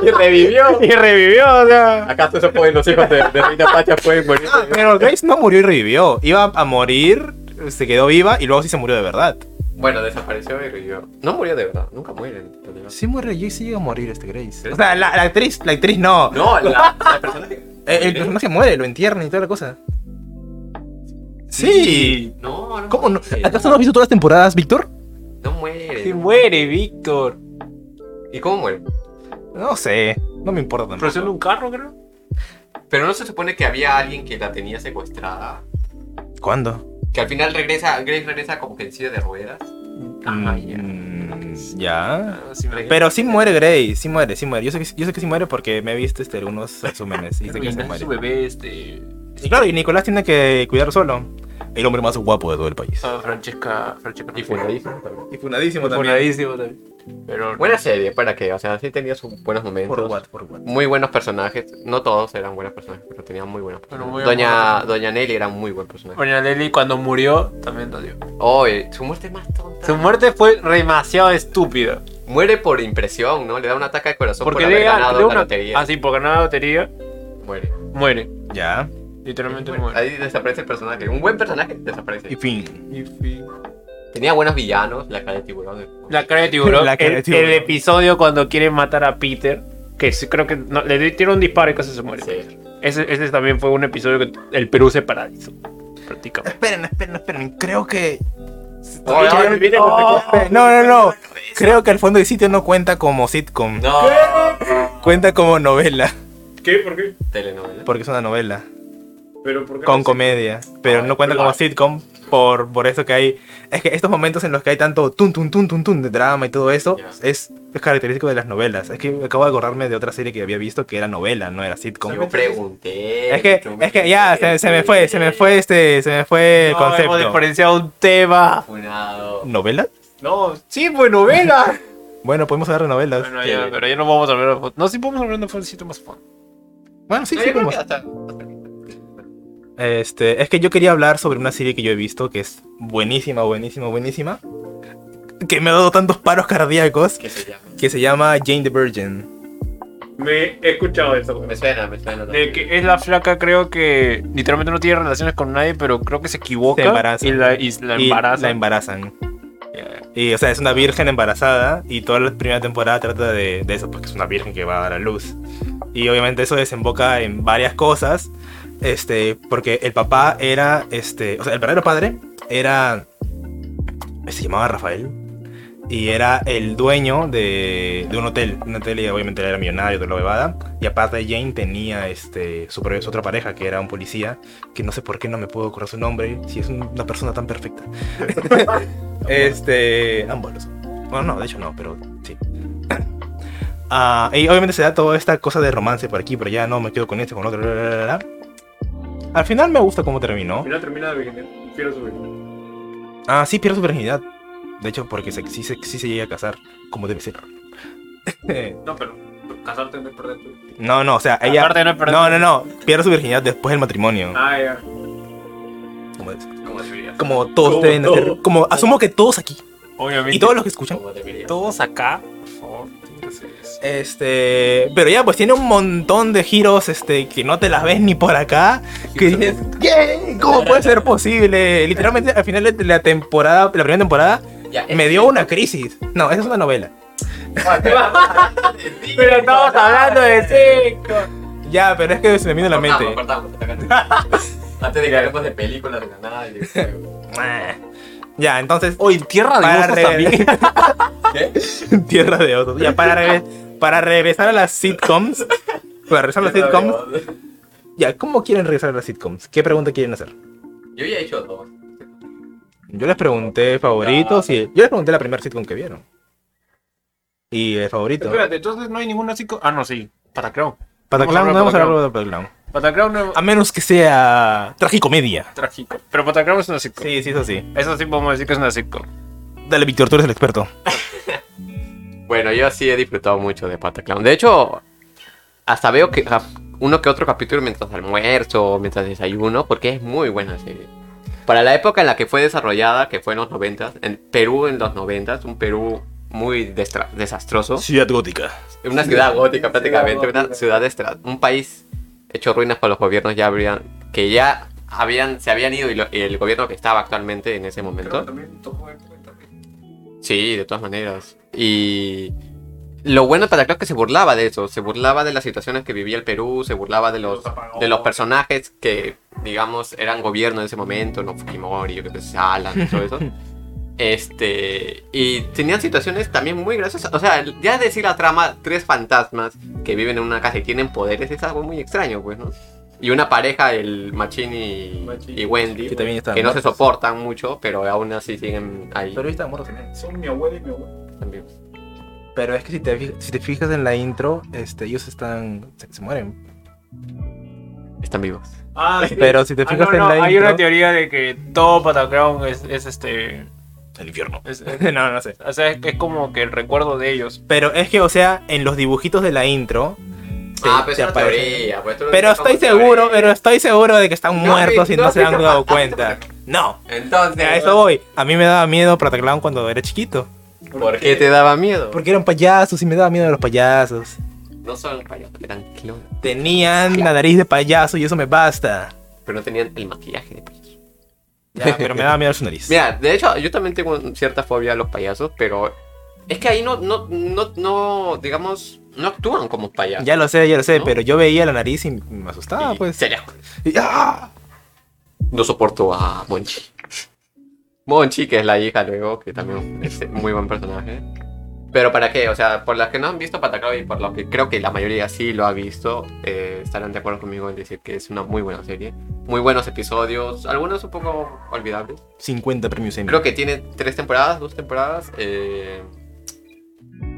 [SPEAKER 2] Y revivió.
[SPEAKER 4] Y revivió, o sea.
[SPEAKER 2] ¿Acaso eso pueden los hijos de, de Reina Pacha pueden morir?
[SPEAKER 3] Ah, Pero Grace no murió y revivió. Iba a morir, se quedó viva y luego sí se murió de verdad.
[SPEAKER 2] Bueno, desapareció y revivió. No murió de verdad, nunca muere. de verdad.
[SPEAKER 3] Sí muere y sí llega a morir este Grace. O sea, la, la actriz, la actriz no.
[SPEAKER 2] No, la, la persona que.
[SPEAKER 3] El, el personaje muere, lo entierran y toda la cosa. Sí.
[SPEAKER 2] No, no.
[SPEAKER 3] ¿Cómo no?
[SPEAKER 2] muere,
[SPEAKER 3] ¿Acaso no has visto todas las temporadas, Víctor?
[SPEAKER 2] No muere.
[SPEAKER 4] Se muere, Víctor.
[SPEAKER 2] ¿Y cómo muere?
[SPEAKER 3] No sé. No me importa tampoco.
[SPEAKER 4] Procesión de un carro, creo.
[SPEAKER 2] Pero no se supone que había alguien que la tenía secuestrada.
[SPEAKER 3] ¿Cuándo?
[SPEAKER 2] Que al final regresa, Grace regresa como que en silla de ruedas.
[SPEAKER 3] Mm, ya.
[SPEAKER 4] Ah, sí, me-
[SPEAKER 3] Pero sí muere Grace, sí muere, sí muere. Yo sé que, yo sé que sí muere porque me he visto este, algunos resúmenes y sé que sí
[SPEAKER 4] Reina,
[SPEAKER 3] muere.
[SPEAKER 4] su bebé, este.
[SPEAKER 3] Y claro, y Nicolás tiene que cuidar solo. El hombre más guapo de todo el país.
[SPEAKER 4] Ah, Francesca. Francesca
[SPEAKER 2] Y
[SPEAKER 4] fue
[SPEAKER 2] fundadísima también.
[SPEAKER 3] Y funadísimo
[SPEAKER 4] Funadísimo también. Pero.
[SPEAKER 2] Buena serie, ¿para qué? O sea, sí tenía sus buenos momentos.
[SPEAKER 3] Por what, por what.
[SPEAKER 2] Muy buenos personajes. No todos eran buenos personajes, pero tenían muy buenos
[SPEAKER 4] Pero
[SPEAKER 2] personajes.
[SPEAKER 4] muy
[SPEAKER 2] Doña,
[SPEAKER 4] amables.
[SPEAKER 2] Doña Nelly era un muy buen personaje.
[SPEAKER 4] Doña Lely cuando murió también lo dio.
[SPEAKER 2] Oye, su muerte es más tonta.
[SPEAKER 4] Su muerte fue demasiado estúpida.
[SPEAKER 2] Muere por impresión, ¿no? Le da un ataque al corazón
[SPEAKER 4] Porque
[SPEAKER 2] por haber
[SPEAKER 4] le
[SPEAKER 2] ganado
[SPEAKER 4] ganó
[SPEAKER 2] la
[SPEAKER 4] una
[SPEAKER 2] lotería.
[SPEAKER 4] Ah, sí, por ganar la lotería,
[SPEAKER 2] Muere.
[SPEAKER 4] muere.
[SPEAKER 3] Ya.
[SPEAKER 4] Literalmente
[SPEAKER 2] Bueno,
[SPEAKER 4] muere.
[SPEAKER 2] Ahí desaparece el personaje. Un buen personaje desaparece.
[SPEAKER 3] Y fin.
[SPEAKER 4] Y fin.
[SPEAKER 2] Tenía buenos villanos, la cara de tiburón.
[SPEAKER 4] La cara de tiburón.
[SPEAKER 3] La cara de
[SPEAKER 4] El-
[SPEAKER 3] tiburón.
[SPEAKER 4] El, episodio cuando quieren matar a Peter. que sí creo que no, le tiró un disparo y casi se muere.
[SPEAKER 2] Sí.
[SPEAKER 4] Ese, ese también fue un episodio que el Perú se paralizó, prácticamente.
[SPEAKER 3] Esperen, esperen, esperen. Creo que.
[SPEAKER 4] Oye,
[SPEAKER 3] Creo-
[SPEAKER 4] oye, miren,
[SPEAKER 3] Oh,
[SPEAKER 4] esperen.
[SPEAKER 3] no, no, no. Creo que el fondo de sitio no cuenta como sitcom.
[SPEAKER 5] No,
[SPEAKER 3] Cuenta como novela.
[SPEAKER 4] ¿Qué? ¿Por qué?
[SPEAKER 2] telenovela.
[SPEAKER 3] Porque es una novela.
[SPEAKER 4] ¿Pero por qué?
[SPEAKER 3] Con comedia. Pero
[SPEAKER 4] Ah,
[SPEAKER 3] no cuenta como sitcom. Por, por eso que hay. Es que estos momentos en los que hay tanto tun tun tun tun tun de drama y todo eso.
[SPEAKER 2] Ya.
[SPEAKER 3] Es, es característico de las novelas. Es que acabo de acordarme de otra serie que había visto que era novela, no era sitcom.
[SPEAKER 2] Yo pregunté.
[SPEAKER 3] Es que,
[SPEAKER 2] yo
[SPEAKER 3] es que ya, se, se me fue, se me fue este, se me fue el
[SPEAKER 4] No, hemos
[SPEAKER 3] concepto.
[SPEAKER 4] diferenciado un tema.
[SPEAKER 2] Funado.
[SPEAKER 3] ¿Novela?
[SPEAKER 4] No, sí, pues novela.
[SPEAKER 3] Bueno, pues podemos hablar de novelas.
[SPEAKER 4] bueno, ya, pero ya no vamos a hablar de No, sí podemos hablar de un sitio más fondo.
[SPEAKER 3] Bueno, sí,
[SPEAKER 2] No,
[SPEAKER 3] sí,
[SPEAKER 2] yo creo
[SPEAKER 3] podemos.
[SPEAKER 2] que hasta-
[SPEAKER 3] Este, es que yo quería hablar sobre una serie que yo he visto que es buenísima, buenísima, buenísima. Que me ha dado tantos paros cardíacos.
[SPEAKER 2] ¿Qué se llama?
[SPEAKER 3] Que se llama Jane the Virgin.
[SPEAKER 4] Me he escuchado eso,
[SPEAKER 2] Me suena, me suena.
[SPEAKER 4] De que es la flaca, creo que literalmente no tiene relaciones con nadie, pero creo que se equivoca.
[SPEAKER 3] Se embaraza.
[SPEAKER 4] Y la, y la
[SPEAKER 3] Y
[SPEAKER 4] embaraza.
[SPEAKER 3] La embarazan. Y, o sea, es una virgen embarazada y toda la primera temporada trata de, de eso, porque es una virgen que va a dar a luz. Y obviamente eso desemboca en varias cosas, este, porque el papá era, este, o sea, el verdadero padre era, se llamaba Rafael, y era el dueño de, de un hotel, un hotel y obviamente él era millonario, toda la bebada, y aparte Jane tenía, este, su, pro- su otra pareja, que era un policía, que no sé por qué no me puedo acordar su nombre, si es un- una persona tan perfecta. Este. Ambos lo son. Bueno, no, de hecho no, pero sí. Ah, y obviamente se da toda esta cosa de romance por aquí, pero ya no me quedo con este, con otro. bla, bla, bla, bla. Al final me gusta cómo terminó.
[SPEAKER 4] Mira, termina de virgen. Quiero subir.
[SPEAKER 3] Ah, sí, pierde su virginidad. De hecho, porque se, sí, se, sí se llega a casar, como debe ser.
[SPEAKER 5] no, pero casarte no es perder tu.
[SPEAKER 3] no, no, o sea, ella.
[SPEAKER 4] Aparte, no es
[SPEAKER 3] No, no, no. Pierde su virginidad después del matrimonio.
[SPEAKER 5] Ah, ya.
[SPEAKER 3] Como, debe ser.
[SPEAKER 2] ¿Cómo debería?
[SPEAKER 3] Como todos
[SPEAKER 4] Como
[SPEAKER 3] deben
[SPEAKER 4] todo.
[SPEAKER 3] hacer. Como asumo que todos aquí.
[SPEAKER 4] Obviamente.
[SPEAKER 3] Y todos los que escuchan.
[SPEAKER 2] ¿Cómo debería?
[SPEAKER 4] todos acá, por favor. tienen que hacer eso.
[SPEAKER 3] Este, pero ya, pues tiene un montón de giros este, que no te las ves ni por acá. Que dices, "¿Qué? ¿Cómo puede ser posible? Literalmente, al final de la temporada, la primera temporada,
[SPEAKER 2] Ya,
[SPEAKER 3] me dio una crisis. No, esa es una novela.
[SPEAKER 4] Pero estamos hablando de sí.
[SPEAKER 3] Ya, pero es que se me vino a la mente.
[SPEAKER 2] Cortamos, cortamos, cortamos. Antes de que hablemos de películas, de la nada. y de juego.
[SPEAKER 3] Ya, entonces,
[SPEAKER 4] Oye, tierra de
[SPEAKER 3] Para
[SPEAKER 4] osos
[SPEAKER 3] rever-
[SPEAKER 4] también.
[SPEAKER 3] tierra de osos. Ya, para, regre- para regresar a las sitcoms. Para regresar a las sitcoms. Ya, ¿cómo quieren regresar a las sitcoms? ¿Qué pregunta quieren hacer?
[SPEAKER 2] Yo ya he hecho dos.
[SPEAKER 3] Yo les pregunté favoritos y yo les pregunté la primera sitcom que vieron. Y el favorito.
[SPEAKER 4] Espérate, entonces no hay ninguna así. co- Ah, no, sí. Pataclown.
[SPEAKER 3] Pataclown, no vamos
[SPEAKER 4] Vamos a
[SPEAKER 3] a
[SPEAKER 4] hablar
[SPEAKER 3] hablar de Pataclown.
[SPEAKER 4] Pataclown no
[SPEAKER 3] A
[SPEAKER 4] es
[SPEAKER 3] menos que sea tragicomedia.
[SPEAKER 4] trágico. Pero Pataclown es una sitcom.
[SPEAKER 3] Sí, sí, eso sí.
[SPEAKER 4] Eso sí podemos decir que es una sitcom.
[SPEAKER 3] Dale, Víctor, tú eres el experto.
[SPEAKER 2] Bueno, yo sí he disfrutado mucho de Pataclown. De hecho, hasta veo que ja, uno que otro capítulo mientras almuerzo o mientras desayuno, porque es muy buena serie. Para la época en la que fue desarrollada, que fue en los 90, en Perú en los 90, un Perú muy destra- desastroso.
[SPEAKER 3] Ciudad gótica.
[SPEAKER 2] Una ciudad gótica prácticamente,
[SPEAKER 5] gótica.
[SPEAKER 2] una ciudad destra- un país hecho ruinas por los gobiernos ya habrían, que ya habían, se habían ido y, lo- y el gobierno que estaba actualmente en ese
[SPEAKER 5] Creo que
[SPEAKER 2] momento.
[SPEAKER 5] también tocó en cuenta que-
[SPEAKER 2] Sí, de todas maneras. Y lo bueno para Pataclown es que se burlaba de eso, se burlaba de las situaciones que vivía el Perú, se burlaba de los,
[SPEAKER 5] Los apagó.
[SPEAKER 2] de los personajes que, digamos, eran gobierno en ese momento, no Fujimori, yo que sé, Alan, todo eso. Este, y tenían situaciones también muy graciosas. O sea, ya decir la trama, tres fantasmas que viven en una casa y tienen poderes es algo muy extraño, pues, ¿no? Y una pareja, el Machin y,
[SPEAKER 5] Machin.
[SPEAKER 2] y Wendy,
[SPEAKER 3] Que también está.
[SPEAKER 2] que no se soportan mucho, pero aún así siguen ahí
[SPEAKER 3] Pero ahí está muerto también.
[SPEAKER 5] Son mi abuela y mi abuelo.
[SPEAKER 2] también.
[SPEAKER 3] Pero es que si te, fi- si te fijas en la intro, este, ellos están. Se, se mueren.
[SPEAKER 2] Están vivos.
[SPEAKER 5] Ah, sí.
[SPEAKER 3] Pero si te
[SPEAKER 4] Ah,
[SPEAKER 3] fijas
[SPEAKER 4] no, no,
[SPEAKER 3] en la
[SPEAKER 4] hay
[SPEAKER 3] intro.
[SPEAKER 4] una teoría de que todo Pataclown es, es este.
[SPEAKER 3] El infierno.
[SPEAKER 4] es-
[SPEAKER 3] no, no sé.
[SPEAKER 4] o sea, es, es como que el recuerdo de ellos.
[SPEAKER 3] Pero es que, o sea, en los dibujitos de la intro. te-
[SPEAKER 2] ah, pero es
[SPEAKER 3] te
[SPEAKER 2] una
[SPEAKER 3] aparece-
[SPEAKER 2] teoría. pues, esto no
[SPEAKER 3] Pero
[SPEAKER 2] está como
[SPEAKER 3] estoy seguro,
[SPEAKER 2] teoría.
[SPEAKER 3] pero estoy seguro de que están
[SPEAKER 2] No,
[SPEAKER 3] muertos y
[SPEAKER 2] no,
[SPEAKER 3] no se
[SPEAKER 2] no,
[SPEAKER 3] han
[SPEAKER 2] no,
[SPEAKER 3] dado
[SPEAKER 2] no,
[SPEAKER 3] cuenta. No.
[SPEAKER 2] Entonces,
[SPEAKER 3] A eso voy. A mí me daba miedo Pataclown cuando era chiquito.
[SPEAKER 2] ¿por qué te daba miedo?
[SPEAKER 3] Porque eran payasos y me daba miedo a los payasos.
[SPEAKER 2] No solo los payasos, eran clones.
[SPEAKER 3] Tenían la nariz de payaso y eso me basta.
[SPEAKER 2] Pero no tenían el maquillaje de payaso.
[SPEAKER 3] Ya, pero me daba miedo su nariz.
[SPEAKER 2] Mira, de hecho, yo también tengo cierta fobia a los payasos, pero es que ahí no, no, no, no digamos, no actúan como payasos.
[SPEAKER 3] Ya lo sé, ya lo sé,
[SPEAKER 2] ¿No?
[SPEAKER 3] pero yo veía la nariz y me asustaba,
[SPEAKER 2] Y
[SPEAKER 3] pues.
[SPEAKER 2] sería-
[SPEAKER 3] Y- ¡ah!
[SPEAKER 2] No soporto a Monchi. Monchi, que es la hija luego, que también es muy buen personaje. Pero para qué, o sea, por las que no han visto Patacao y por los que creo que la mayoría sí lo ha visto, eh, estarán de acuerdo conmigo en decir que es una muy buena serie. Muy buenos episodios, algunos un poco olvidables.
[SPEAKER 3] 50 premios Emmy.
[SPEAKER 2] Creo que tiene tres temporadas, dos temporadas. eh,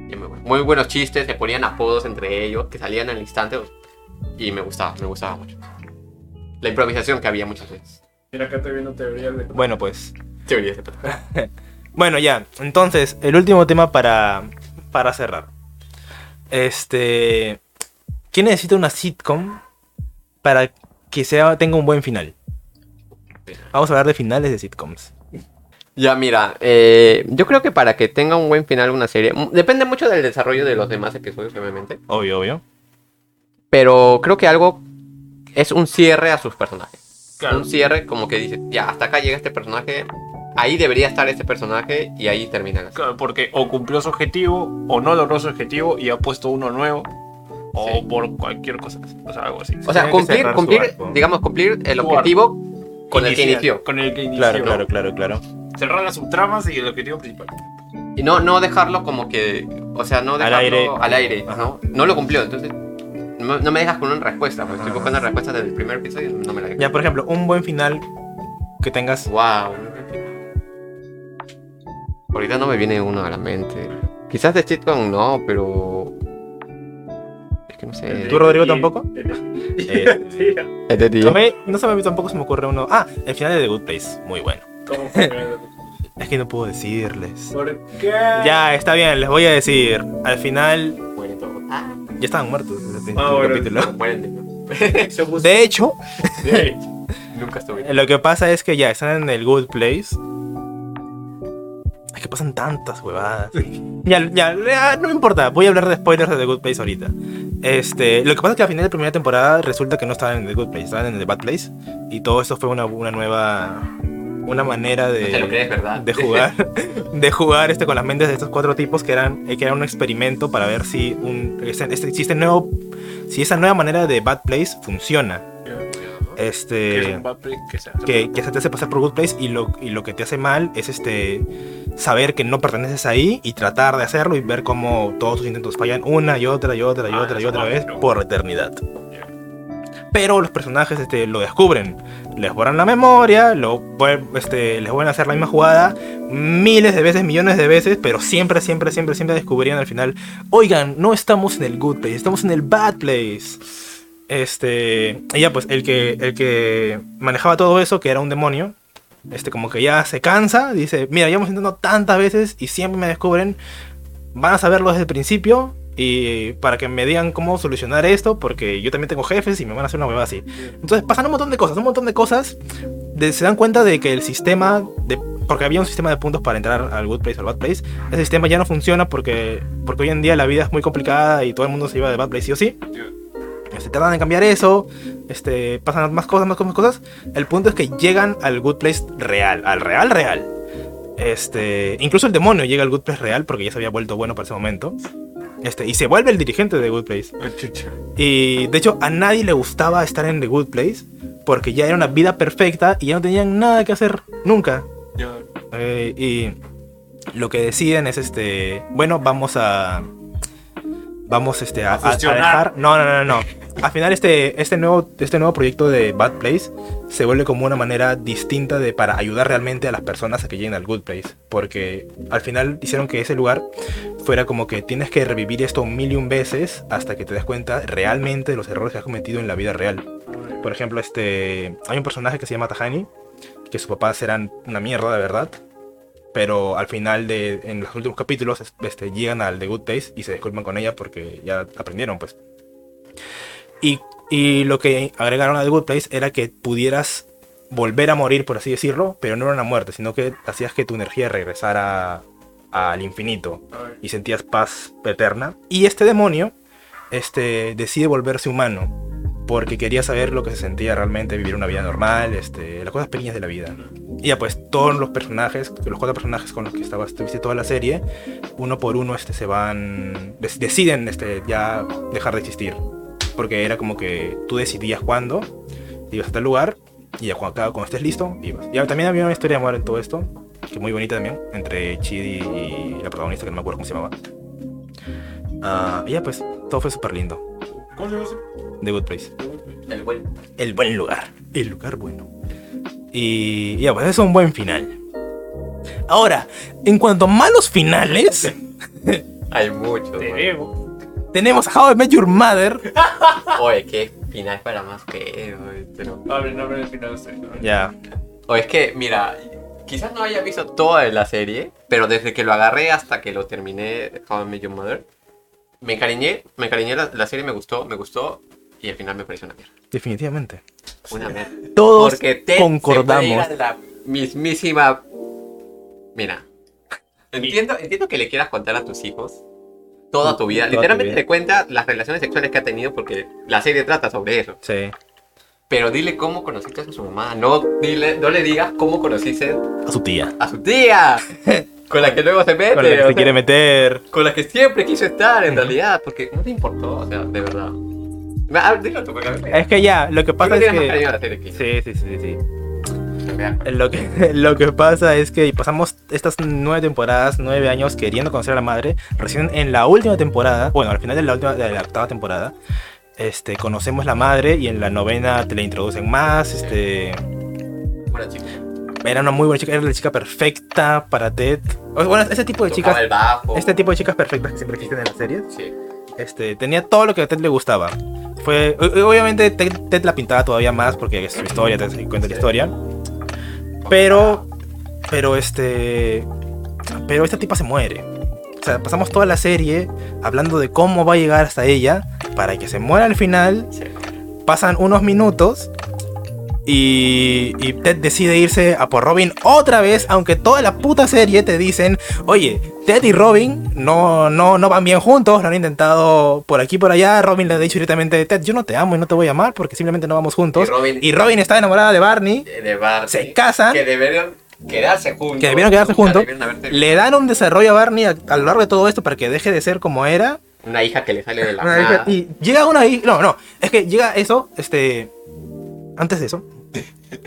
[SPEAKER 2] y muy, bueno. Muy buenos chistes, se ponían apodos entre ellos, que salían al instante. Y me gustaba, me gustaba mucho. La improvisación que había muchas veces.
[SPEAKER 5] Mira, acá estoy viendo teorías de.
[SPEAKER 3] Bueno, pues.
[SPEAKER 2] Teorías de Patacao.
[SPEAKER 3] Bueno, ya. Entonces, el último tema para, para cerrar. Este. ¿Quién necesita una sitcom para que sea, tenga un buen final? Vamos a hablar de finales de sitcoms.
[SPEAKER 2] Ya, mira, eh, yo creo que para que tenga un buen final una serie, m- depende mucho del desarrollo de los demás episodios, obviamente,
[SPEAKER 3] Obvio, obvio.
[SPEAKER 2] pero creo que algo es un cierre a sus personajes.
[SPEAKER 5] Claro.
[SPEAKER 2] Un cierre como que dices, ya, hasta acá llega este personaje, ahí debería estar este personaje y ahí termina la serie.
[SPEAKER 4] Claro, Porque o cumplió su objetivo, o no logró su objetivo y ha puesto uno nuevo, o
[SPEAKER 2] Sí.
[SPEAKER 4] por cualquier cosa, o sea, algo así.
[SPEAKER 2] O sea,
[SPEAKER 3] Tiene que
[SPEAKER 2] cumplir,
[SPEAKER 3] cerrar su
[SPEAKER 2] cumplir,
[SPEAKER 3] arco.
[SPEAKER 2] digamos, cumplir el
[SPEAKER 4] Su
[SPEAKER 2] objetivo con el que
[SPEAKER 4] Inicial,
[SPEAKER 2] inició.
[SPEAKER 4] Con el que inició.
[SPEAKER 3] Claro,
[SPEAKER 4] ¿no?
[SPEAKER 3] claro, claro, claro.
[SPEAKER 4] Cerrar las subtramas y el objetivo principal.
[SPEAKER 2] Y no, no dejarlo como que, o sea, no dejarlo al aire,
[SPEAKER 3] aire.
[SPEAKER 2] ¿no? No lo cumplió, entonces... No, no me dejas con una respuesta, porque estoy buscando respuestas del primer episodio y no me la dejas.
[SPEAKER 3] Ya, por ejemplo, un buen final que tengas.
[SPEAKER 2] Wow. Ahorita no me viene uno a la mente. Quizás de sitcom no, pero. Es que no sé.
[SPEAKER 3] ¿Tú, Rodrigo, tampoco?
[SPEAKER 5] Sí, ya.
[SPEAKER 2] Es de ti.
[SPEAKER 3] A mí, eh, no se me tampoco se me ocurre uno. Ah, el final de The Good Place. Muy bueno.
[SPEAKER 5] ¿Cómo fue?
[SPEAKER 3] Es que no puedo decirles.
[SPEAKER 5] ¿Por qué?
[SPEAKER 3] Ya, está bien, les voy a decir. Al final,
[SPEAKER 2] Muere todo. Ah,
[SPEAKER 3] ya estaban muertos. desde el
[SPEAKER 5] Ah, bueno.
[SPEAKER 3] capítulo.
[SPEAKER 2] mueren de nuevo.
[SPEAKER 5] Se puso-
[SPEAKER 3] De hecho,
[SPEAKER 5] Sí.
[SPEAKER 2] Nunca estuve.
[SPEAKER 3] lo que pasa es que ya están en el Good Place. Es que pasan tantas huevadas. Ya, ya, ya, no me importa. Voy a hablar de spoilers de The Good Place ahorita. Este, lo que pasa es que al final de la primera temporada resulta que no estaban en The Good Place, estaban en The Bad Place. Y todo esto fue una, una nueva. Una manera de.
[SPEAKER 2] No te lo crees, ¿verdad?
[SPEAKER 3] de jugar de jugar este con las mentes de estos cuatro tipos que eran eh, que era un experimento para ver si un este, este- si este nuevo si esa nueva manera de bad place funciona
[SPEAKER 4] Que es
[SPEAKER 3] este
[SPEAKER 4] un papel que se hace.
[SPEAKER 3] Eh, que, que se te hace pasar por good place y lo, y lo que te hace mal es este saber que no perteneces ahí y tratar de hacerlo y ver cómo todos tus intentos fallan una y otra y otra y
[SPEAKER 4] Ah,
[SPEAKER 3] otra y
[SPEAKER 4] eso
[SPEAKER 3] otra
[SPEAKER 4] no,
[SPEAKER 3] vez
[SPEAKER 4] pero-
[SPEAKER 3] por eternidad. Pero los personajes este, lo descubren, les borran la memoria, lo, vuel- este, les vuelven a hacer la misma jugada miles de veces, millones de veces, pero siempre, siempre, siempre, siempre descubrían al final, oigan, no estamos en el good place, estamos en el bad place. Este, y ya pues el que, el que manejaba todo eso, que era un demonio, este como que ya se cansa, dice, mira, ya hemos intentado tantas veces y siempre me descubren, van a saberlo desde el principio y para que me digan cómo solucionar esto, porque yo también tengo jefes y me van a hacer una hueva así. Entonces pasan un montón de cosas, un montón de cosas, de- se dan cuenta de que el sistema, de, porque había un sistema de puntos para entrar al Good Place o al Bad Place, ese sistema ya no funciona porque, porque hoy en día la vida es muy complicada y todo el mundo se lleva de Bad Place sí o sí. Se tratan de cambiar eso, este, pasan más cosas, más cosas, más cosas. El punto es que llegan al Good Place real, al real real. Este, incluso el demonio llega al Good Place real porque ya se había vuelto bueno para ese momento. Este, y se vuelve el dirigente de Good Place.
[SPEAKER 4] Ah, chucha.
[SPEAKER 3] Y de hecho a nadie le gustaba estar en The Good Place porque ya era una vida perfecta y ya no tenían nada que hacer nunca.
[SPEAKER 4] Ya.
[SPEAKER 3] Eh, y lo que deciden es este, bueno, vamos a vamos este a,
[SPEAKER 4] A
[SPEAKER 3] a- a
[SPEAKER 4] fusionar.
[SPEAKER 3] dejar, no, no, no, no. Al final este este nuevo este nuevo proyecto de Bad Place se vuelve como una manera distinta de para ayudar realmente a las personas a que lleguen al Good Place, porque al final hicieron que ese lugar fuera como que tienes que revivir esto mil y un veces hasta que te des cuenta realmente de los errores que has cometido en la vida real. Por ejemplo, este hay un personaje que se llama Tahani, que sus papás eran una mierda de verdad, pero al final de en los últimos capítulos es- este, llegan al The Good Place y se disculpan con ella porque ya aprendieron, pues. Y, y lo que agregaron a The Good Place era que pudieras volver a morir, por así decirlo, pero no era una muerte, sino que hacías que tu energía regresara al infinito y sentías paz eterna. Y este demonio este, decide volverse humano. porque quería saber lo que se sentía realmente vivir una vida normal, este, las cosas pequeñas de la vida. Y ya pues todos los personajes, los cuatro personajes con los que estabas, tuviste toda la serie, uno por uno este, se van, des- deciden este, ya dejar de existir. Porque era como que tú decidías cuándo ibas a tal lugar y ya cuando, acá- cuando estés listo, ibas. Y también había una historia de amor en todo esto, que muy bonita también, entre Chidi y la protagonista, que no me acuerdo cómo se llamaba. Ah, y ya pues, todo fue súper lindo.
[SPEAKER 5] ¿Cómo se llama ese?
[SPEAKER 3] The Good Place.
[SPEAKER 2] El güey.
[SPEAKER 3] El buen lugar. El lugar bueno. Y ya, pues es un buen final. Ahora, en cuanto a malos finales,
[SPEAKER 2] Hay muchos.
[SPEAKER 5] Te
[SPEAKER 2] güey.
[SPEAKER 5] debo.
[SPEAKER 3] tenemos How I Met Your Mother.
[SPEAKER 2] Oye, qué final para más que. güey, pero-
[SPEAKER 5] Abre, no abre el final usted. ¿no?
[SPEAKER 3] Ya.
[SPEAKER 2] O es que, mira, quizás no haya visto toda la serie, pero desde que lo agarré hasta que lo terminé, How I Met Your Mother, me encariñé, me encariñé, la, la serie me gustó, me gustó, y al final me pareció una mierda.
[SPEAKER 3] Definitivamente.
[SPEAKER 2] Una mierda.
[SPEAKER 3] Todos
[SPEAKER 2] Porque te
[SPEAKER 3] concordamos.
[SPEAKER 2] la mismísima... Mira, entiendo, entiendo que le quieras contar a tus hijos toda tu vida.
[SPEAKER 3] Toda tu
[SPEAKER 2] Literalmente
[SPEAKER 3] vida.
[SPEAKER 2] te cuenta las relaciones sexuales que ha tenido porque la serie trata sobre eso.
[SPEAKER 3] Sí.
[SPEAKER 2] Pero dile cómo conociste a su mamá, no, dile, no le digas cómo conociste
[SPEAKER 3] A su tía.
[SPEAKER 2] a su tía, con la que luego se mete,
[SPEAKER 3] Con la que
[SPEAKER 2] Este, o
[SPEAKER 3] se
[SPEAKER 2] sea,
[SPEAKER 3] quiere meter.
[SPEAKER 2] con la que siempre quiso estar en realidad, porque no te importó, o sea, de verdad. Ah, dilo tú, porque a mí me-
[SPEAKER 3] Es que ya, lo que
[SPEAKER 2] tú
[SPEAKER 3] pasa
[SPEAKER 2] le
[SPEAKER 3] es
[SPEAKER 2] tienes más cariño
[SPEAKER 3] que.
[SPEAKER 2] a la serie que yo.
[SPEAKER 3] Sí, sí, sí, sí, sí.
[SPEAKER 2] En verdad.
[SPEAKER 3] Lo que, lo que pasa es que pasamos estas nueve temporadas, nueve años queriendo conocer a la madre. Recién en la última temporada, bueno, al final de la última, de la octava temporada, este, conocemos la madre y en la novena te la introducen más. Este,
[SPEAKER 2] Bueno, chicos,
[SPEAKER 3] era una muy buena chica, era la chica perfecta para Ted. O sea, Bueno, ese tipo de
[SPEAKER 2] tocaba
[SPEAKER 3] chicas,
[SPEAKER 2] el bajo.
[SPEAKER 3] este tipo de chicas perfectas que siempre existen en las series.
[SPEAKER 2] Sí.
[SPEAKER 3] Este, tenía todo lo que a Ted le gustaba. Fue, o- obviamente Ted, Ted la pintaba todavía más porque es su historia, Ted cuenta la historia. Pero, pero este, pero esta tipa se muere. O sea, pasamos toda la serie hablando de cómo va a llegar hasta ella para que se muera al final.
[SPEAKER 2] Sí.
[SPEAKER 3] Pasan unos minutos y, y Ted decide irse a por Robin otra vez, aunque toda la puta serie te dicen, oye, Ted y Robin no, no, no van bien juntos, lo han intentado por aquí y por allá, Robin le ha dicho directamente, Ted, yo no te amo y no te voy a amar porque simplemente no vamos juntos.
[SPEAKER 2] Y Robin-
[SPEAKER 3] Y Robin está enamorada de Barney,
[SPEAKER 2] De Barney.
[SPEAKER 3] se casan,
[SPEAKER 2] Que debieron quedarse juntos.
[SPEAKER 3] Que debieron quedarse
[SPEAKER 2] O sea,
[SPEAKER 3] juntos.
[SPEAKER 2] debieron haber
[SPEAKER 3] le dan un desarrollo a Barney a, a lo largo de todo esto para que deje de ser como era.
[SPEAKER 2] Una hija que le sale de la
[SPEAKER 3] Una hija-
[SPEAKER 2] nada.
[SPEAKER 3] Y llega una hija. No, no. Es que llega eso, este. Antes de eso.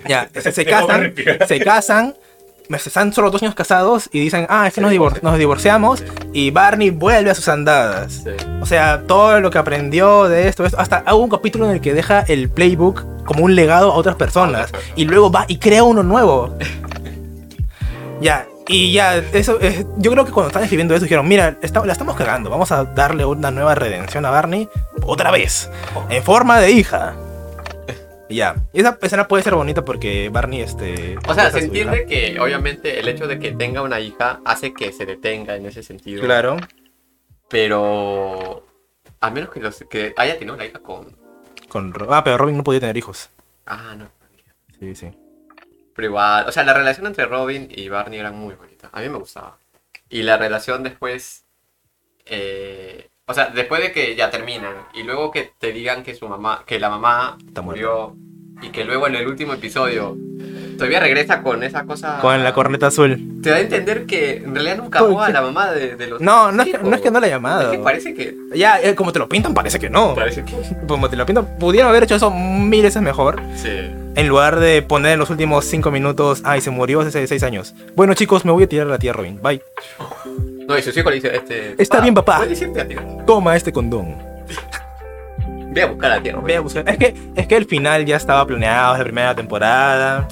[SPEAKER 3] Ya, se, se casan. se casan. me- Están solo dos años casados y dicen, ah, es
[SPEAKER 2] Se
[SPEAKER 3] que nos, divor-
[SPEAKER 2] divorcian.
[SPEAKER 3] nos divorciamos. Y Barney vuelve a sus andadas.
[SPEAKER 2] Sí.
[SPEAKER 3] O sea, todo lo que aprendió de esto, esto hasta hago un capítulo en el que deja el playbook como un legado a otras personas y luego va y crea uno nuevo. ya, y ya, eso es- yo creo que cuando estaban escribiendo eso dijeron, mira, esta- la estamos cagando, vamos a darle una nueva redención a Barney otra vez, en forma de hija. Y Ya, y esa escena puede ser bonita porque Barney, este...
[SPEAKER 2] O sea,
[SPEAKER 3] besa a
[SPEAKER 2] se
[SPEAKER 3] su hija.
[SPEAKER 2] entiende que obviamente el hecho de que tenga una hija hace que se detenga en ese sentido.
[SPEAKER 3] Claro.
[SPEAKER 2] Pero a menos que los que haya tenido una hija con
[SPEAKER 3] Con, Ro- ah, pero Robin no podía tener hijos.
[SPEAKER 2] ah no
[SPEAKER 3] Sí, sí.
[SPEAKER 2] pero igual o sea la relación entre Robin y Barney era muy bonita a mí me gustaba y la relación después eh, o sea después de que ya terminan y luego que te digan que su mamá que la mamá
[SPEAKER 3] Está
[SPEAKER 2] murió y que luego en el último episodio todavía regresa con esa cosa
[SPEAKER 3] Con la corneta azul.
[SPEAKER 2] te da a entender que en realidad nunca amó a la mamá de, de los
[SPEAKER 3] No, no es que
[SPEAKER 2] hijos.
[SPEAKER 3] no, es que no la he
[SPEAKER 2] Es
[SPEAKER 3] llamado.
[SPEAKER 2] que parece que
[SPEAKER 3] Ya, eh, como te lo pintan, parece que no.
[SPEAKER 2] parece que
[SPEAKER 3] Como te lo pintan, pudieron haber hecho eso mil veces mejor.
[SPEAKER 2] sí
[SPEAKER 3] En lugar de poner en los últimos cinco minutos, ay, se murió hace seis años. Bueno, chicos, me voy a tirar a la tía Robin. Bye.
[SPEAKER 2] No, y su hijo le dice, este...
[SPEAKER 3] Está bien, papá.
[SPEAKER 2] Puedes irte a tirar.
[SPEAKER 3] Toma este condón.
[SPEAKER 2] Ve a buscar a tía
[SPEAKER 3] Ve a buscar. Es que, es que el final ya estaba planeado, es la primera temporada.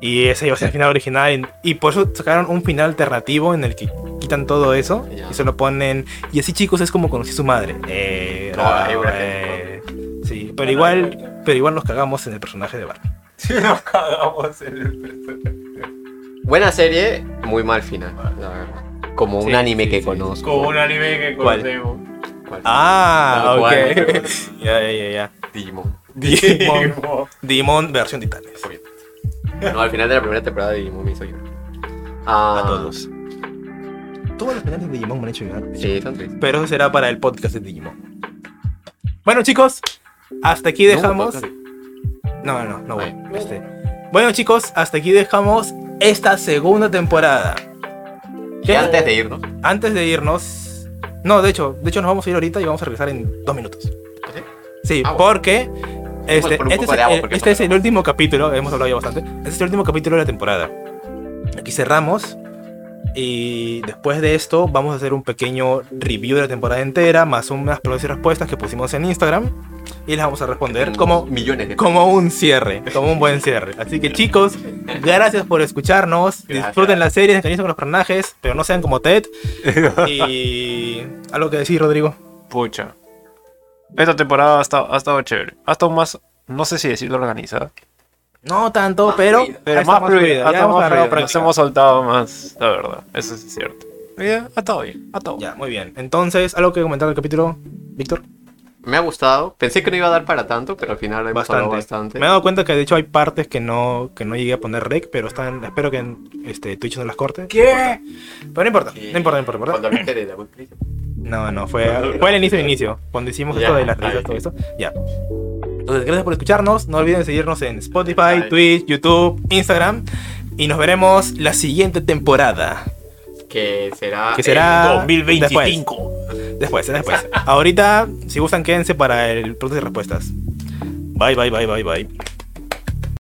[SPEAKER 3] Y ese iba a ser el final original. Y, y por eso sacaron un final alternativo en el que quitan todo eso
[SPEAKER 2] Ya.
[SPEAKER 3] y solo ponen. Y así, chicos, es como conocí a su madre. Eh,
[SPEAKER 2] Ah,
[SPEAKER 3] no,
[SPEAKER 2] ahí, bueno,
[SPEAKER 3] eh, sí, pero igual, pero igual nos cagamos en el personaje de Barney.
[SPEAKER 5] Sí, nos cagamos en el
[SPEAKER 2] Buena serie, muy mal final, la verdad. Como un
[SPEAKER 3] Sí,
[SPEAKER 2] anime
[SPEAKER 3] sí,
[SPEAKER 2] que
[SPEAKER 3] sí.
[SPEAKER 2] conozco.
[SPEAKER 5] Con un anime que
[SPEAKER 3] ¿Cuál?
[SPEAKER 5] conocemos.
[SPEAKER 2] ¿Cuál?
[SPEAKER 3] Ah,
[SPEAKER 2] Tal
[SPEAKER 3] ok.
[SPEAKER 2] cual.
[SPEAKER 3] ya, ya, ya, ya.
[SPEAKER 2] Digimon.
[SPEAKER 3] Digimon,
[SPEAKER 5] Digimon.
[SPEAKER 3] Digimon versión titanes.
[SPEAKER 2] No, al final de la primera temporada de Digimon me hizo llorar. Ah,
[SPEAKER 3] A todos. Todos los finales de Digimon me han hecho llegar.
[SPEAKER 2] Sí, son tristes.
[SPEAKER 3] Pero eso será para el podcast de Digimon. Bueno, chicos, hasta aquí dejamos. No, no, no, voy. Este, Bueno, chicos, hasta aquí dejamos esta segunda temporada.
[SPEAKER 2] Y antes de irnos,
[SPEAKER 3] Antes de irnos. No, de hecho, de hecho nos vamos a ir ahorita y vamos a regresar en dos minutos.
[SPEAKER 2] ¿Sí?
[SPEAKER 3] Sí,
[SPEAKER 2] Ah, bueno.
[SPEAKER 3] porque este,
[SPEAKER 2] por un
[SPEAKER 3] este
[SPEAKER 2] poco
[SPEAKER 3] es,
[SPEAKER 2] de agua,
[SPEAKER 3] el,
[SPEAKER 2] porque
[SPEAKER 3] este es
[SPEAKER 2] no-
[SPEAKER 3] el último capítulo, hemos hablado ya bastante. Este es el último capítulo de la temporada. Aquí cerramos. Y después de esto vamos a hacer un pequeño review de la temporada entera, más unas preguntas y respuestas que pusimos en Instagram. Y las vamos a responder como
[SPEAKER 2] millones de
[SPEAKER 3] como un cierre, como un buen cierre. Así que chicos, gracias por escucharnos.
[SPEAKER 2] Gracias.
[SPEAKER 3] Disfruten la serie, engañen con los personajes, pero no sean como Ted. Y algo que decir, Rodrigo.
[SPEAKER 4] Pucha. Esta temporada ha estado, ha estado chévere. Ha estado más, no sé si decirlo organizada.
[SPEAKER 3] No tanto,
[SPEAKER 2] Más
[SPEAKER 3] pero
[SPEAKER 2] fluida.
[SPEAKER 4] Pero
[SPEAKER 3] está
[SPEAKER 4] más fluida.
[SPEAKER 3] Ya
[SPEAKER 4] Ha estado
[SPEAKER 3] hemos
[SPEAKER 4] más
[SPEAKER 3] agarrado
[SPEAKER 4] fluida. Nos
[SPEAKER 3] práctica.
[SPEAKER 4] hemos soltado más, la verdad. Eso sí es cierto. Ya, ha estado bien. Ha estado bien.
[SPEAKER 3] Ya, muy bien. Entonces, algo que comentar del capítulo, Víctor.
[SPEAKER 2] Me ha gustado. Pensé que no iba a dar para tanto, pero al final hemos hablado bastante.
[SPEAKER 3] Me he dado cuenta que de hecho hay partes que no que no llegué a poner rec, pero están espero que en este Twitch no las corte.
[SPEAKER 4] ¿Qué?
[SPEAKER 3] Pero no importa,
[SPEAKER 2] Y-
[SPEAKER 3] no importa, no importa. no importa.
[SPEAKER 2] Cuando hablaste de la Wild Crisis.
[SPEAKER 3] No, no, fue, fue el inicio del inicio. Cuando hicimos esto
[SPEAKER 2] Ya,
[SPEAKER 3] de las risas,
[SPEAKER 2] ahí.
[SPEAKER 3] todo esto. Ya. Entonces, gracias por escucharnos. No olviden seguirnos en Spotify,
[SPEAKER 2] Ahí.
[SPEAKER 3] Twitch, YouTube, Instagram. Y nos veremos la siguiente temporada.
[SPEAKER 2] que será.
[SPEAKER 3] Que será.
[SPEAKER 4] 2025.
[SPEAKER 3] Después, después. después. Ahorita, si gustan, quédense para el producto de respuestas. Bye, bye, bye, bye, bye.